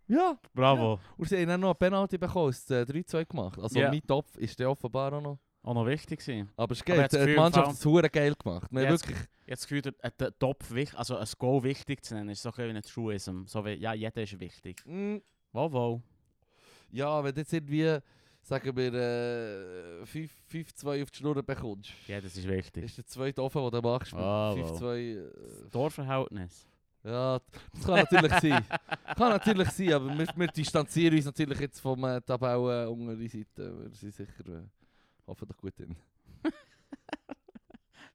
Speaker 1: Ja!
Speaker 2: Bravo.
Speaker 1: Und sie haben dann noch einen Penalty bekommen, es äh, 3-2 gemacht. Also
Speaker 2: Ja.
Speaker 1: mein Topf ist der offenbar auch noch.
Speaker 2: Auch noch wichtig gewesen.
Speaker 1: Aber es
Speaker 2: Aber
Speaker 1: geht, äh,
Speaker 2: hat's
Speaker 1: die
Speaker 2: Gefühl,
Speaker 1: Mannschaft
Speaker 2: Fall-
Speaker 1: hat es hure geil gemacht. Wir
Speaker 2: Ja,
Speaker 1: haben
Speaker 2: hat's-
Speaker 1: wirklich,
Speaker 2: Ich habe das Gefühl, der- der Top wichtig, also ein Goal wichtig zu nennen, ist so ein bisschen wie ein Truism. So wie, ja, jeder ist wichtig.
Speaker 1: Mm,
Speaker 2: Wow, wow.
Speaker 1: ja, wenn du jetzt irgendwie, sagen wir, äh, 5-2 auf die Schnur bekommst,
Speaker 2: Ja, das ist wichtig.
Speaker 1: ist der zweite offen, den du machst. mit
Speaker 2: Ah,
Speaker 1: 5-2.
Speaker 2: Das Torverhältnis.
Speaker 1: Äh, ja, das kann natürlich sein. Kann natürlich sein, aber wir, wir distanzieren uns natürlich jetzt vom äh, Tabellen unserer Seite. Wir sind sicher äh, hoffentlich gut drin.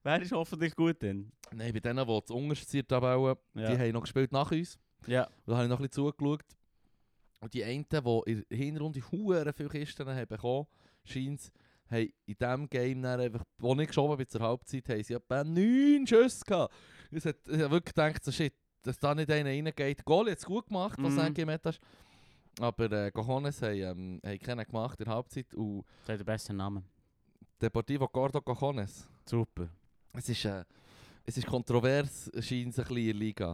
Speaker 2: Wer ist hoffentlich gut denn?
Speaker 1: Nein, bei denen, die zu unterst sind, die Tabellen, die
Speaker 2: Ja.
Speaker 1: haben noch gespielt nach uns.
Speaker 2: ja.
Speaker 1: Da habe ich noch ein bisschen zugeschaut. Und die einen, die in der Hinrunde Huren viele Kisten haben bekommen, scheint haben in diesem Game dann einfach, wo ich geschoben bin zur Halbzeit, haben sie etwa neun Schüsse gehabt. Ich hat ich hab wirklich gedacht, so shit, dass da nicht einer reingeht. Goal hat es gut gemacht, was
Speaker 2: Mhm.
Speaker 1: du gegeben hast. Aber äh, Gojones haben, ähm, haben keinen gemacht in der Halbzeit. Und
Speaker 2: Das hat den besten Namen.
Speaker 1: Deportivo Gordo Gojones,
Speaker 2: Super.
Speaker 1: es ist, äh, es ist kontrovers, scheint es ein bisschen in der Liga.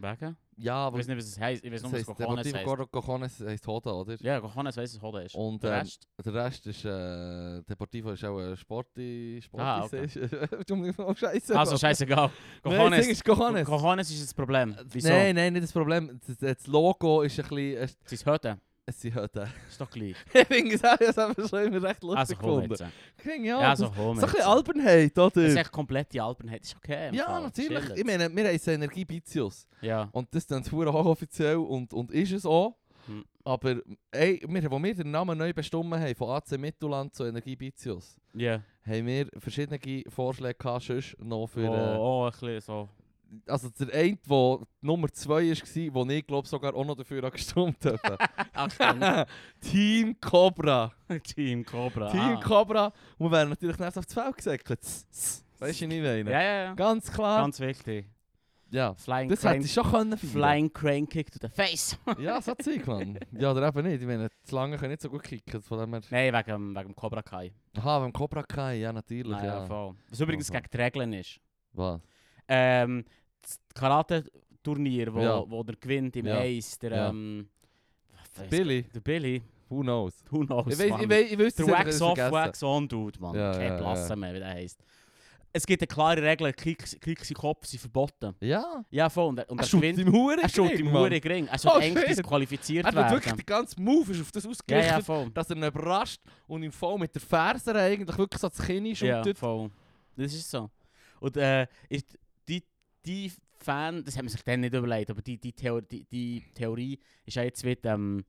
Speaker 1: Ah,
Speaker 2: Wegen?
Speaker 1: Ja,
Speaker 2: Ich
Speaker 1: aber
Speaker 2: weiß nicht, was es heisst. Ich weiß nur, was
Speaker 1: heisst,
Speaker 2: Cojones
Speaker 1: Deportivo
Speaker 2: heisst.
Speaker 1: Gordo Gojones heisst Hoda, oder?
Speaker 2: Ja, Cojones weiss, was Hoden ist.
Speaker 1: Und,
Speaker 2: der
Speaker 1: ähm,
Speaker 2: Rest?
Speaker 1: Der Rest ist äh, Deportivo ist auch ein Sporti, Sporti
Speaker 2: Ah, okay.
Speaker 1: du musst auch scheiße.
Speaker 2: Also, scheißegal.
Speaker 1: Nein, das Ding
Speaker 2: Cojones.
Speaker 1: ist Cojones. Eh,
Speaker 2: Cojones ist das Problem. Wieso?
Speaker 1: Nein, nein, nicht das Problem. Das, das Logo ist ein bisschen, es-
Speaker 2: Sie hörten.
Speaker 1: es sind Hütten.
Speaker 2: Ist doch gleich.
Speaker 1: ich finde es auch, ich habe es schon immer recht lustig
Speaker 2: Also, komm
Speaker 1: gefunden.
Speaker 2: jetzt.
Speaker 1: Ich finde ja,
Speaker 2: Ah, Ja,
Speaker 1: das-
Speaker 2: also, komm
Speaker 1: so ein
Speaker 2: jetzt.
Speaker 1: bisschen Albernheit, oder?
Speaker 2: Das ist echt komplett die Albernheit. Ist okay. im
Speaker 1: ja,
Speaker 2: Fall.
Speaker 1: natürlich.
Speaker 2: Chillt.
Speaker 1: Ich meine, wir heißen Energie Bizius.
Speaker 2: Ja.
Speaker 1: Und das dann hure hochoffiziell und, und ist es auch.
Speaker 2: Hm.
Speaker 1: Aber ey, wir, wo wir den Namen neu bestimmen haben, von AC Mittelland zu Energie Bizius,
Speaker 2: Ja.
Speaker 1: haben wir verschiedene Vorschläge gehabt, sonst noch für... Äh,
Speaker 2: Oh, oh, ein bisschen so.
Speaker 1: also der eine, der Nummer 2 war, wo ich glaube sogar auch noch dafür habe gestimmt habe.
Speaker 2: Ach, stimmt.
Speaker 1: Team Cobra.
Speaker 2: Team Cobra.
Speaker 1: Team
Speaker 2: ah.
Speaker 1: Cobra. Und wir wären natürlich nicht aufs Feld gesäckelt. Weißt du, wie ich meine?
Speaker 2: Ja, ja, ja.
Speaker 1: Ganz klar.
Speaker 2: Ganz wichtig.
Speaker 1: Ja,
Speaker 2: Flying
Speaker 1: das hätte
Speaker 2: Crane,
Speaker 1: ich schon können feiern.
Speaker 2: Flying Crane Kick to the face.
Speaker 1: Ja, so Zeug, Mann. Ja, oder eben nicht. Ich meine, die Schlangen können nicht so gut kicken. Von dem her...
Speaker 2: Nein, wegen, dem- wegen dem Cobra Kai.
Speaker 1: Aha, beim Cobra Kai, ja natürlich,
Speaker 2: Ah,
Speaker 1: ja.
Speaker 2: ja, voll. Was übrigens
Speaker 1: Voll, voll.
Speaker 2: gegen die Regeln ist.
Speaker 1: Was?
Speaker 2: Ähm, das Karate-Turnier, wo,
Speaker 1: Ja.
Speaker 2: wo der gewinnt im
Speaker 1: Ja.
Speaker 2: Ace, der,
Speaker 1: Ja.
Speaker 2: ähm, was weiss-
Speaker 1: Billy,
Speaker 2: der Billy,
Speaker 1: who knows?
Speaker 2: who knows,
Speaker 1: Ich weiß,
Speaker 2: Mann.
Speaker 1: ich weiß, ich weiß,
Speaker 2: Der
Speaker 1: das hätte ich
Speaker 2: Wax Off,
Speaker 1: vergessen.
Speaker 2: Wax On Dude, Mann.
Speaker 1: Ja, ja,
Speaker 2: Keine
Speaker 1: ja.
Speaker 2: Klasse mehr, wie der heisst. Es gibt eine klare Regel, Kicks, Kicks in den Kopf sind verboten.
Speaker 1: Ja.
Speaker 2: Ja, voll. Und, er- und
Speaker 1: Er
Speaker 2: er
Speaker 1: schaut
Speaker 2: gewinnt.
Speaker 1: im Huren.
Speaker 2: Er schaut im Huren Ring. Er soll
Speaker 1: Oh,
Speaker 2: eigentlich
Speaker 1: shit.
Speaker 2: disqualifiziert
Speaker 1: Er wird wirklich,
Speaker 2: werden.
Speaker 1: der ganze Move ist auf das
Speaker 2: Ja,
Speaker 1: ausgerichtet,
Speaker 2: ja, voll.
Speaker 1: dass er ihn überrascht und ihm voll mit der Ferse eigentlich wirklich so das Kinn
Speaker 2: Ja, Dus
Speaker 1: schüttet.
Speaker 2: voll. Das ist so. Und äh, ist die, die Fan, das haben wir sich dann nicht überlegt, aber die, die, Theorie, die, die Theorie ist ja jetzt wieder ähm,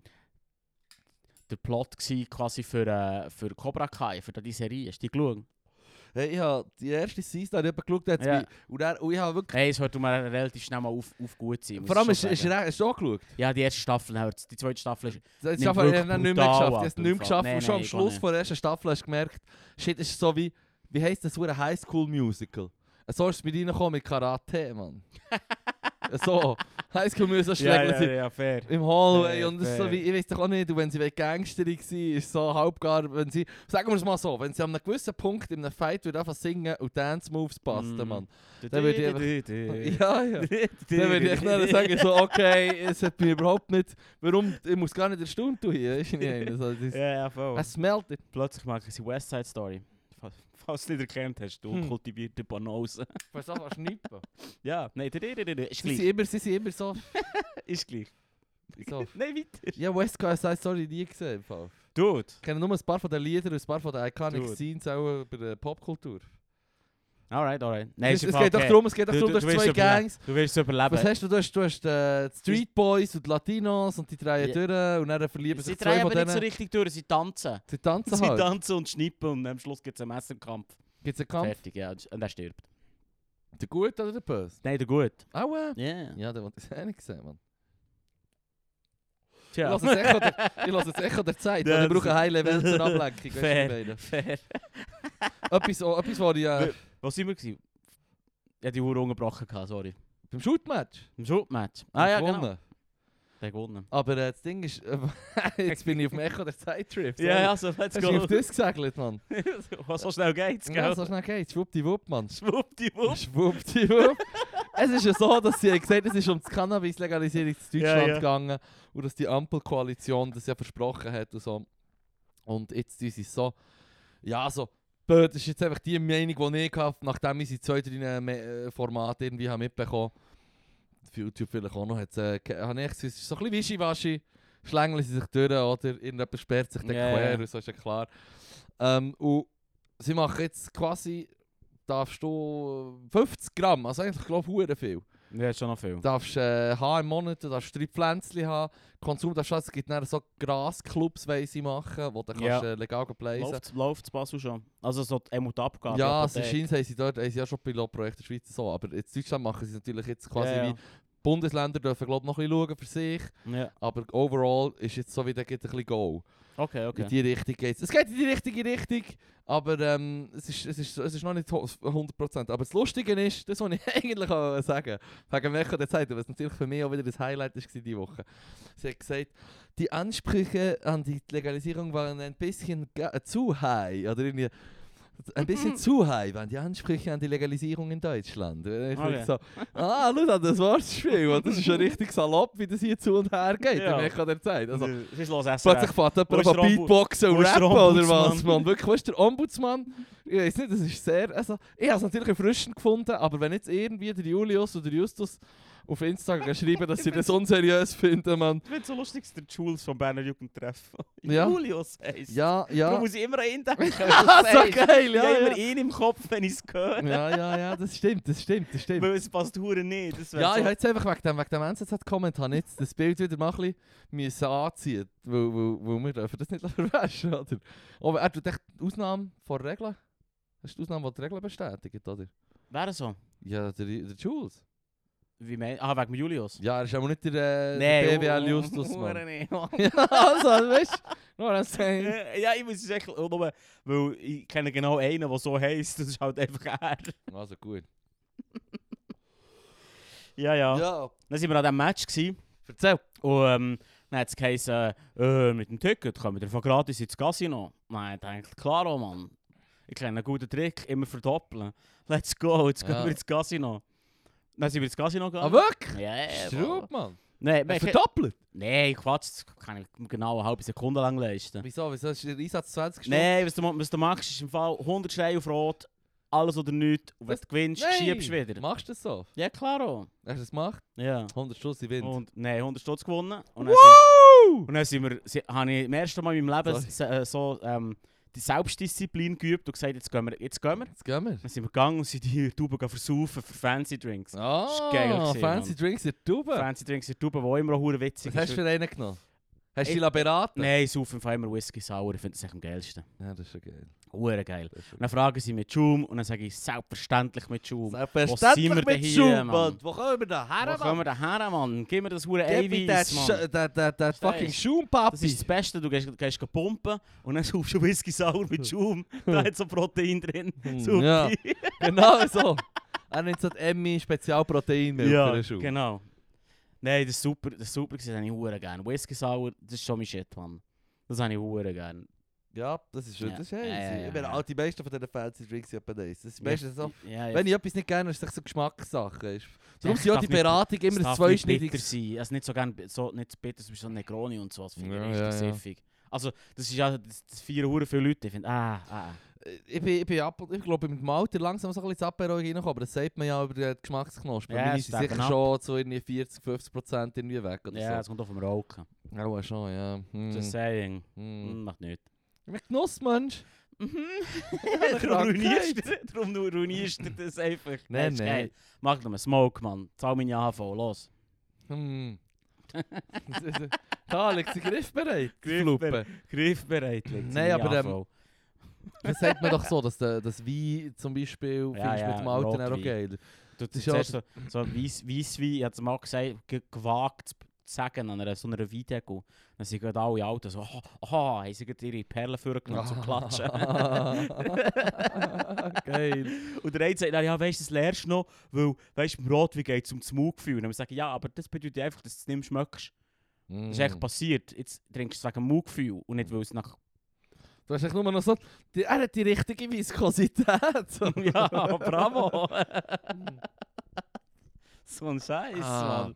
Speaker 2: der Plot gsi quasi für, äh, für Cobra Kai, für diese Serie. Hast du die geschaut?
Speaker 1: Hey, ich habe die erste Season habe ich eben geschaut, da hat's
Speaker 2: Ja.
Speaker 1: mich- und, dann, und ich habe wirklich...
Speaker 2: Nein, es hört mal relativ schnell mal auf, auf gut sein. muss ich
Speaker 1: Vor allem
Speaker 2: schon
Speaker 1: ist, ist,
Speaker 2: sagen.
Speaker 1: er- hast du auch geschaut.
Speaker 2: Ja, die erste Staffel, aber die zweite Staffel ist...
Speaker 1: Das
Speaker 2: Nimmt
Speaker 1: ist einfach, ich
Speaker 2: wirklich
Speaker 1: habe es nicht mehr
Speaker 2: brutal
Speaker 1: geschafft. Ich
Speaker 2: ab,
Speaker 1: habe es
Speaker 2: im
Speaker 1: nicht mehr
Speaker 2: Fall.
Speaker 1: geschafft.
Speaker 2: Nein,
Speaker 1: und schon
Speaker 2: nein,
Speaker 1: am
Speaker 2: ich
Speaker 1: Schluss
Speaker 2: auch
Speaker 1: von der ersten Staffel hast du gemerkt, shit, ist so wie, wie heisst das, so ein Highschool-Musical? So ist es mit reingekommen mit Karate, Mann. so, Highschool-Musical schlägt sich
Speaker 2: fair.
Speaker 1: im Hallway
Speaker 2: Ja,
Speaker 1: und es ist
Speaker 2: fair.
Speaker 1: so wie, ich weiß doch auch nicht, und wenn sie Gangsterin war, ist so halbgar, wenn sie, sagen wir es mal so, wenn sie an einem gewissen Punkt in einem Fight würde einfach singen und Dance-Moves passen,
Speaker 2: Mm.
Speaker 1: Mann.
Speaker 2: Dann
Speaker 1: Dann würde ich
Speaker 2: würde ich...
Speaker 1: Ja, ja. Dann würde ich dann sagen, so, okay, es hat mich überhaupt nicht, warum, ich muss gar nicht erstaunt tun hier, ist nicht einer. so, das-
Speaker 2: Ja, ja, voll.
Speaker 1: Es meldet.
Speaker 2: Plötzlich machen sie West Side Story. Fa- Falls du nicht erkannt hast, du
Speaker 1: Hm.
Speaker 2: kultivierte Banause.
Speaker 1: Was soll was schnippen?
Speaker 2: ja, nein, der- der- der- der- der- ist
Speaker 1: Sie sind
Speaker 2: gleich.
Speaker 1: immer, sie sind immer so.
Speaker 2: Ist gleich.
Speaker 1: so.
Speaker 2: Nein, weiter.
Speaker 1: Ja, West Coast Side Story nie gesehen. im Fall.
Speaker 2: Dude.
Speaker 1: Ich kenne nur ein paar von den Liedern und ein paar von den Iconic
Speaker 2: Dude.
Speaker 1: Scenes auch über die Popkultur.
Speaker 2: Alright, alright. Nein,
Speaker 1: es,
Speaker 2: ist im
Speaker 1: es
Speaker 2: Fall
Speaker 1: geht doch
Speaker 2: okay.
Speaker 1: darum, es geht doch
Speaker 2: Du-
Speaker 1: darum,
Speaker 2: du-
Speaker 1: du,
Speaker 2: du
Speaker 1: hast
Speaker 2: willst
Speaker 1: zwei
Speaker 2: überleben.
Speaker 1: Gangs.
Speaker 2: Du willst
Speaker 1: Was
Speaker 2: überleben.
Speaker 1: hast du? Du hast, du hast äh, die Ah, Street Boys und die Latinos und die eh,
Speaker 2: Ja.
Speaker 1: drehen durch und dann verlieben
Speaker 2: Sie
Speaker 1: sich zwei
Speaker 2: drehen
Speaker 1: von
Speaker 2: aber nicht so
Speaker 1: denen.
Speaker 2: richtig durch, sie tanzen.
Speaker 1: Sie tanzen
Speaker 2: Sie
Speaker 1: halt.
Speaker 2: tanzen und schnippen und am Schluss gibt es einen Messerkampf.
Speaker 1: Gibt es einen Kampf?
Speaker 2: Fertig, ja. Und er stirbt.
Speaker 1: Der Gute oder der Böse?
Speaker 2: Nein, der gut.
Speaker 1: Aua.
Speaker 2: Yeah.
Speaker 1: Ja, der hat das eh nicht gesehen, Mann.
Speaker 2: Tja.
Speaker 1: Ich lasse das Echo der, ich lasse das Echo der Zeit,
Speaker 2: Ja,
Speaker 1: weil ich
Speaker 2: das-
Speaker 1: brauche eine High-Level zur Ablenkung.
Speaker 2: Fair.
Speaker 1: Fair. Etwas,
Speaker 2: Fair.
Speaker 1: oh, etwas, was ich... Äh,
Speaker 2: Wir- Wo sind wir gewesen? Ich hatte die Uhr unterbrochen, gehabt, sorry.
Speaker 1: beim Shootmatch.
Speaker 2: Im Schulmatch. Ah ja, genau.
Speaker 1: gewonnen.
Speaker 2: Der gewonnen.
Speaker 1: Aber äh, das Ding ist, äh, jetzt bin ich auf dem Echo der Zeittrip. sorry.
Speaker 2: Ja, ja, so, let's
Speaker 1: Hast du auf
Speaker 2: go.
Speaker 1: das gesegelt, Mann?
Speaker 2: Was nou so schnell geht's,
Speaker 1: Ja,
Speaker 2: gell?
Speaker 1: so schnell geht's. Schwuppdiwupp, Mann.
Speaker 2: Schwuppdiwupp.
Speaker 1: Schwuppdiwupp. es ist ja so, dass sie haben gesagt es ist um die Cannabis-Legalisierung in
Speaker 2: Ja,
Speaker 1: Deutschland
Speaker 2: ja.
Speaker 1: gegangen und dass die Ampelkoalition das ja versprochen hat und so. Und jetzt tun sie so, ja, so, blöd, das ist jetzt einfach die Meinung, die ich gehabt nachdem ich sie zwei, drei äh, Formate irgendwie habe mitbekommen auf YouTube vielleicht auch noch, hat's, äh, ge- habe ich das Gefühl, es ist so ein bisschen wischiwaschi, schlängeln sie sich durch oder irgendjemand sperrt sich dann
Speaker 2: Ja,
Speaker 1: quer,
Speaker 2: ja.
Speaker 1: und so ist ja klar. Ähm, und sie machen jetzt quasi darfst du 50 Gramm, also eigentlich glaube ich hure viel.
Speaker 2: Ja, schon noch viel.
Speaker 1: Du darfst äh, haben im Monat, du darfst drei Pflänzchen haben, Konsum darfst du haben, es gibt dann so Grasclubs, weiss ich, machen, wo du kannst,
Speaker 2: Ja.
Speaker 1: äh, legal blazen
Speaker 2: Läuft läuft's Basel schon? Also so die Emut Abgabe.
Speaker 1: Ja, es
Speaker 2: Apotheke.
Speaker 1: scheint, haben sie dort haben sie ja schon Pilotprojekte in der Schweiz so, aber in Deutschland machen sie es natürlich jetzt quasi
Speaker 2: ja, ja.
Speaker 1: wie Bundesländer dürfen glaube noch ein bisschen schauen für sich,
Speaker 2: Ja.
Speaker 1: aber overall ist jetzt so wie da gibt ein bisschen Go.
Speaker 2: Okay, okay.
Speaker 1: In die Richtung geht's. Es geht in die richtige Richtung, aber ähm, es, ist, es, ist, es ist noch nicht ho- 100%. Aber das Lustige ist, das wollte ich eigentlich auch sagen, wegen Mecha der Zeit, was natürlich für mich auch wieder das Highlight war diese Woche. Sie hat gesagt, die Ansprüche an die Legalisierung waren ein bisschen ga- zu high. Oder irgendwie, ein bisschen zu high waren die Ansprüche an die Legalisierung in Deutschland. Und Ich
Speaker 2: Okay.
Speaker 1: okay. so, ah, schau an das Wortspiel. Und Das ist schon richtig salopp, wie das hier zu und her geht,
Speaker 2: Ja.
Speaker 1: ja. Mecha der Zeit. Also,
Speaker 2: Es ist los SRF.
Speaker 1: Plötzlich fährt
Speaker 2: Wo ist
Speaker 1: jemand
Speaker 2: der
Speaker 1: auf
Speaker 2: Ombu-
Speaker 1: Beatboxen
Speaker 2: wo
Speaker 1: und
Speaker 2: ist der
Speaker 1: rappen oder was,
Speaker 2: Ombudsmann?
Speaker 1: man. Wirklich, wo ist der Ombudsmann? Ich weiß nicht, das ist sehr... Also, ich habe es natürlich erfrischend gefunden, aber wenn jetzt irgendwie der Julius oder Justus auf Instagram schreiben, dass sie das unseriös finden, man.
Speaker 2: Ich finde es so lustig, dass der Jules vom Berner Jugendtreff
Speaker 1: Ja.
Speaker 2: Julius heisst.
Speaker 1: Ja,
Speaker 2: Darum
Speaker 1: ja.
Speaker 2: muss ich immer an ihn denken.
Speaker 1: Ah, so geil,
Speaker 2: Ja,
Speaker 1: ja,
Speaker 2: immer
Speaker 1: ja.
Speaker 2: ihn im Kopf, wenn ich es höre.
Speaker 1: Ja, ja, ja, das stimmt, das stimmt, das stimmt.
Speaker 2: Weil es passt hure nicht. Das wär
Speaker 1: Ja,
Speaker 2: so.
Speaker 1: ich habe jetzt einfach wegen dem, wegen dem NZZ-Comment habe ich jetzt das Bild wieder mal ein bisschen müssen anziehen weil, weil, weil wir dürfen das nicht verwaschen, oder? Aber er tut echt die Ausnahme von Regeln. Das ist die Ausnahme, die die Regeln bestätigt, oder?
Speaker 2: Wäre so.
Speaker 1: Ja, der, der Jules.
Speaker 2: Wie mein... Ah, wegen dem Julius.
Speaker 1: Ja, er ist aber nicht der, äh, der BWL Justus, Mann.
Speaker 2: Mann.
Speaker 1: ja, also, weißt du, nur das Ding.
Speaker 2: Äh, Ja, ich muss zeggen, auch nur, weil ich kenne genau einen, der so heisst, das ist halt einfach er.
Speaker 1: Also gut.
Speaker 2: Ja, ja.
Speaker 1: Ja,
Speaker 2: Dann sind wir an diesem Match gewesen.
Speaker 1: erzähl.
Speaker 2: Und ähm, dann hat es geheißen, äh, mit dem Ticket kommen wir einfach gratis ins Casino. Nein, ich dachte, klar, oh Mann. Ich kenne einen guten Trick, immer verdoppeln. Let's go, jetzt
Speaker 1: Ja.
Speaker 2: gehen wir ins Casino. Dann sind wir ins Casino
Speaker 1: Ah,
Speaker 2: gegangen.
Speaker 1: wirklich?
Speaker 2: Ja, ja, ja.
Speaker 1: Strub, Mann.
Speaker 2: Nein,
Speaker 1: Äh,
Speaker 2: ich-
Speaker 1: Verdoppelt?
Speaker 2: Nein, Quatsch, das kann ich genau eine halbe Sekunde lang leisten.
Speaker 1: Wieso? Wieso ist der Einsatz 20 Stunden?
Speaker 2: Nein, was du, ma- was du machst, ist im Fall 100 Schreie auf Rot, alles oder nichts. Und wenn
Speaker 1: Was?
Speaker 2: du gewinnst,
Speaker 1: Nein.
Speaker 2: schiebst du wieder.
Speaker 1: Machst du das so?
Speaker 2: ja, klaro.
Speaker 1: Hast du das gemacht?
Speaker 2: Ja.
Speaker 1: 100 Schuss, ich win.
Speaker 2: Und nein, 100 Stutz gewonnen. Und dann, sind,
Speaker 1: Wow!
Speaker 2: und dann sind wir, si- habe ich zum ersten Mal in meinem Leben
Speaker 1: Sorry.
Speaker 2: se- äh, so ähm, die Selbstdisziplin geübt und gesagt, jetzt gehen wir. Jetzt gehen wir.
Speaker 1: Jetzt gehen wir.
Speaker 2: Dann sind wir gegangen und sind hier Tube versaufen für Fancy Drinks.
Speaker 1: Ah,
Speaker 2: ist geil gewesen,
Speaker 1: fancy
Speaker 2: Mann.
Speaker 1: Drinks in der Tube. Was
Speaker 2: Fancy Drinks in Tube, die immer auch witzig
Speaker 1: hast du für einen genommen? Hast du dich lassen beraten
Speaker 2: Nein, ich saufe im Fall immer Whisky sauer. Ich finde das echt am geilsten.
Speaker 1: Ja, das ist schon geil.
Speaker 2: Hure geil.
Speaker 1: Das ist schon
Speaker 2: Und dann fragen sie mit Schum und dann sage ich selbstverständlich mit Schum.
Speaker 1: Selbstverständlich
Speaker 2: sind wir denn
Speaker 1: mit
Speaker 2: hier,
Speaker 1: Schub,
Speaker 2: Mann?
Speaker 1: Mann. Wo kommen wir da her,
Speaker 2: Wo kommen
Speaker 1: Mann?
Speaker 2: wir denn her, Mann? Gib mir das hure
Speaker 1: Gib mir
Speaker 2: Eiweiß, Mann.
Speaker 1: den- den- den- den fucking
Speaker 2: Das ist das
Speaker 1: Schaumpapi.
Speaker 2: Beste, du gehst, gehst pumpen und dann saufst du Whisky sauer mit Schum. Da hat so Protein drin.
Speaker 1: Hm,
Speaker 2: Super.
Speaker 1: Genau so. Er nimmt so die Emmy Spezialprotein mit für den Schuh.
Speaker 2: genau. Nein, das ist super, das ist super gewesen, das habe ich hure gern. Whisky sauer, das ist schon mein Shit, Mann. Das habe ich hure gern.
Speaker 1: Ja, das ist schon
Speaker 2: Ja.
Speaker 1: das ist
Speaker 2: Ja,
Speaker 1: easy.
Speaker 2: ja, ja,
Speaker 1: Ich meine,
Speaker 2: ja.
Speaker 1: auch die meisten von diesen fancy Drinks sind etwa das. Das ist meistens so.
Speaker 2: Ja, ja.
Speaker 1: Wenn ich etwas nicht gerne, ist es so Geschmackssache. Ist. Darum
Speaker 2: es
Speaker 1: sind ja
Speaker 2: darf
Speaker 1: die
Speaker 2: nicht-
Speaker 1: Beratung
Speaker 2: Es
Speaker 1: immer ein
Speaker 2: darf nicht bitter
Speaker 1: zweischneidiges.
Speaker 2: sein. Also nicht so gern, bi- so, nicht so bitter, zum Beispiel so Negroni und so. Das finde ich
Speaker 1: Ja,
Speaker 2: richtig
Speaker 1: ja, ja.
Speaker 2: siffig. Also das ist ja, das, das feiern hure viele Leute. Ich finde, ah, ah.
Speaker 1: Ich, bin, ich, bin ab, ich glaube, mit dem Alter langsam so ein bisschen Aperol reinkommen, aber das sagt man ja über den Geschmacksknospen.
Speaker 2: Ja,
Speaker 1: Meine
Speaker 2: es
Speaker 1: sind
Speaker 2: stecken
Speaker 1: sicher
Speaker 2: ab.
Speaker 1: schon zu irgendwie 40, 50 Prozent irgendwie weg oder
Speaker 2: Ja, es
Speaker 1: so.
Speaker 2: kommt auf dem Rauchen.
Speaker 1: Ja, auch schon, ja. Hm.
Speaker 2: Just saying.
Speaker 1: Hm.
Speaker 2: Hm, macht nichts.
Speaker 1: Ein Genussmensch.
Speaker 2: Darum ruinierst du- Darum du- ruinierst du das einfach.
Speaker 1: Nein,
Speaker 2: ist
Speaker 1: nein.
Speaker 2: geil. Mach doch mal Smoke, Mann. Zahl meine AHV, los.
Speaker 1: Hm. da liegt der Griff bereit.
Speaker 2: Griffbereit. Griffbereit.
Speaker 1: Nein, aber, ähm, Das sagt man doch so, dass der, das Wein zum Beispiel
Speaker 2: Ja,
Speaker 1: findest du
Speaker 2: ja,
Speaker 1: mit dem Alten auch
Speaker 2: Rotwein.
Speaker 1: geil.
Speaker 2: Du
Speaker 1: Das
Speaker 2: das
Speaker 1: ist
Speaker 2: ist
Speaker 1: ja
Speaker 2: so, so weiss, Weisswein, ich hab's mal gesagt, ge- gewagt zu sagen an einer, so einer Weidecke. Dann sind gerade alle Alten so, aha, aha haben sie gerade ihre Perlen vorgenommen zum Klatschen.
Speaker 1: geil.
Speaker 2: Und der eine sagt, dann, "Nou ja weisst du, das lernst du noch, weil weisst du, im Rotwein geht es um das Mundgefühl. Und dann sage ich, ja, aber das bedeutet einfach, dass du es nicht mehr schmeckst. Das ist echt
Speaker 1: Mm.
Speaker 2: passiert. Jetzt trinkst du es wegen Mundgefühl und nicht, weil es nach...
Speaker 1: Du hast echt nur noch so, die, er hat die richtige Viskosität. So.
Speaker 2: ja, bravo! so ein Scheiß,
Speaker 1: Ah.
Speaker 2: Mann.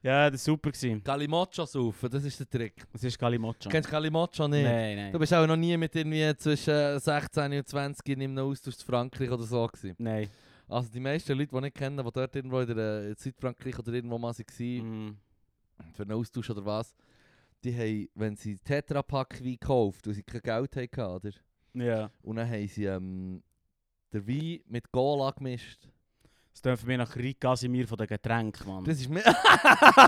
Speaker 2: Ja, das war super. gewesen.
Speaker 1: Calimocho saufen, das ist der Trick.
Speaker 2: Das ist Kalimocho.
Speaker 1: Du kennst Calimocho nicht?
Speaker 2: Nein, nein.
Speaker 1: Du bist auch noch nie mit irgendwie zwischen 16 und 20 in einem Austausch zu Frankreich oder so gewesen.
Speaker 2: Nein.
Speaker 1: Also die meisten Leute, die ich kenne, die dort irgendwo in der äh, Südfrankreich oder irgendwo mal waren,
Speaker 2: Mm.
Speaker 1: für einen Austausch oder was, die haben, wenn sie Tetrapack Wein gekauft, weil sie kein Geld hatten, oder?
Speaker 2: Ja.
Speaker 1: Und dann haben sie ähm, den Wein mit Cola gemischt.
Speaker 2: Das tönt für mich nach Rick Casimir von den Getränken, Mann.
Speaker 1: Das ist mir...
Speaker 2: Mhm.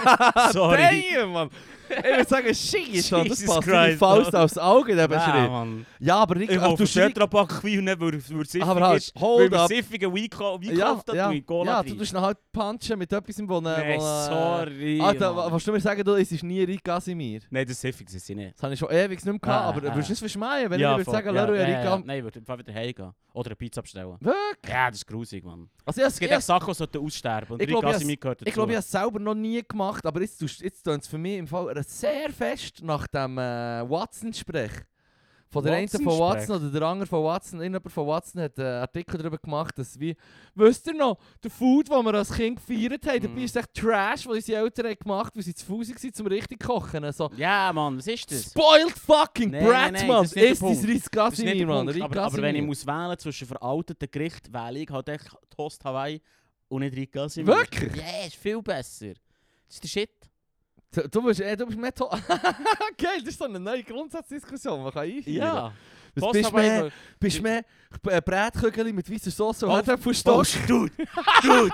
Speaker 2: Sorry.
Speaker 1: Damn, Mann! Ich würde sagen, shit, Mann, das
Speaker 2: Jesus
Speaker 1: passt mir
Speaker 2: Christ,
Speaker 1: Faust
Speaker 2: Mann.
Speaker 1: aufs Auge, der
Speaker 2: ja,
Speaker 1: Beschrieb.
Speaker 2: Mann.
Speaker 1: Ja, aber Rick, Oh, Ah,
Speaker 2: Ich
Speaker 1: ach,
Speaker 2: kaufe
Speaker 1: du
Speaker 2: einen
Speaker 1: Schrick...
Speaker 2: Tetrapack Wein und nicht, weil er weil er siffig
Speaker 1: Aber halt,
Speaker 2: ist.
Speaker 1: hold
Speaker 2: weil
Speaker 1: up!
Speaker 2: er siffigen Wein gekau- Wein
Speaker 1: Ja,
Speaker 2: gekauft hat
Speaker 1: ja,
Speaker 2: und Cola
Speaker 1: ja,
Speaker 2: drin.
Speaker 1: du tust ihn halt punchen mit etwas, wo... wo-
Speaker 2: Nein,
Speaker 1: wo-
Speaker 2: sorry,
Speaker 1: Alter, eh, Ah, wa-
Speaker 2: Mann.
Speaker 1: willst du mir sagen, du, es ist nie Rick Casimir?
Speaker 2: Nein, das ist siffig, das sind nicht.
Speaker 1: Das habe ich schon ewig nicht mehr gehabt,
Speaker 2: Ah,
Speaker 1: aber
Speaker 2: ah.
Speaker 1: würdest du es verschmähen, wenn ich würde
Speaker 2: voll.
Speaker 1: sagen, Leroy
Speaker 2: ja,
Speaker 1: Rick...
Speaker 2: ja, ja.
Speaker 1: Am-
Speaker 2: Nein, ich würde einfach wieder heimgehen. Oder eine Pizza bestellen.
Speaker 1: Wirklich?
Speaker 2: Ja, das ist grusig, Mann.
Speaker 1: Also ich hab's-
Speaker 2: Es gibt
Speaker 1: ich
Speaker 2: echt Sachen, die sollten aussterben. Und
Speaker 1: Ich
Speaker 2: Rick
Speaker 1: glaub, ich
Speaker 2: Casimir gehört dazu.
Speaker 1: Ich glaube, ich habe es selber noch nie gemacht, aber jetzt tust- jetzt tönt es für mich im Fall sehr fest nach dem äh, Watson-Sprech. Von der einen von
Speaker 2: Watson-Sprech?
Speaker 1: Watson oder der andere von Watson. Irgendjemand von Watson hat einen Artikel darüber gemacht, dass wie... Wisst ihr noch, der Food, den wir als Kind gefeiert haben, dabei
Speaker 2: Mhm.
Speaker 1: ist es echt Trash, den unsere Eltern haben gemacht weil sie zu faul waren, zum richtig kochen. So,
Speaker 2: Ja, Mann, was ist das?
Speaker 1: spoiled fucking
Speaker 2: Nein,
Speaker 1: brat,
Speaker 2: nein, nein,
Speaker 1: Mann!
Speaker 2: das ist nicht der
Speaker 1: Ist dein
Speaker 2: Punkt. Das
Speaker 1: Reis
Speaker 2: ist nicht
Speaker 1: Casimir,
Speaker 2: der
Speaker 1: Mann!
Speaker 2: Punkt,
Speaker 1: Reis
Speaker 2: aber, aber wenn ich
Speaker 1: Casimir.
Speaker 2: muss wählen zwischen veralteten Gericht, wähle ich halt echt Toast Hawaii und nicht Rick Casimir.
Speaker 1: Wirklich?
Speaker 2: Ja, ist viel besser. Das ist der Shit.
Speaker 1: Du, du bist, eh, du bist mehr... to- Geil, das ist so eine neue Grundsatzdiskussion, man kann einführen. Was
Speaker 2: Toast
Speaker 1: bist du mehr...
Speaker 2: Hawaii-
Speaker 1: Bist du mehr äh, Brätkügel mit weißer Sauce und
Speaker 2: Oh,
Speaker 1: Herdäpfelstock?
Speaker 2: Dude, dude.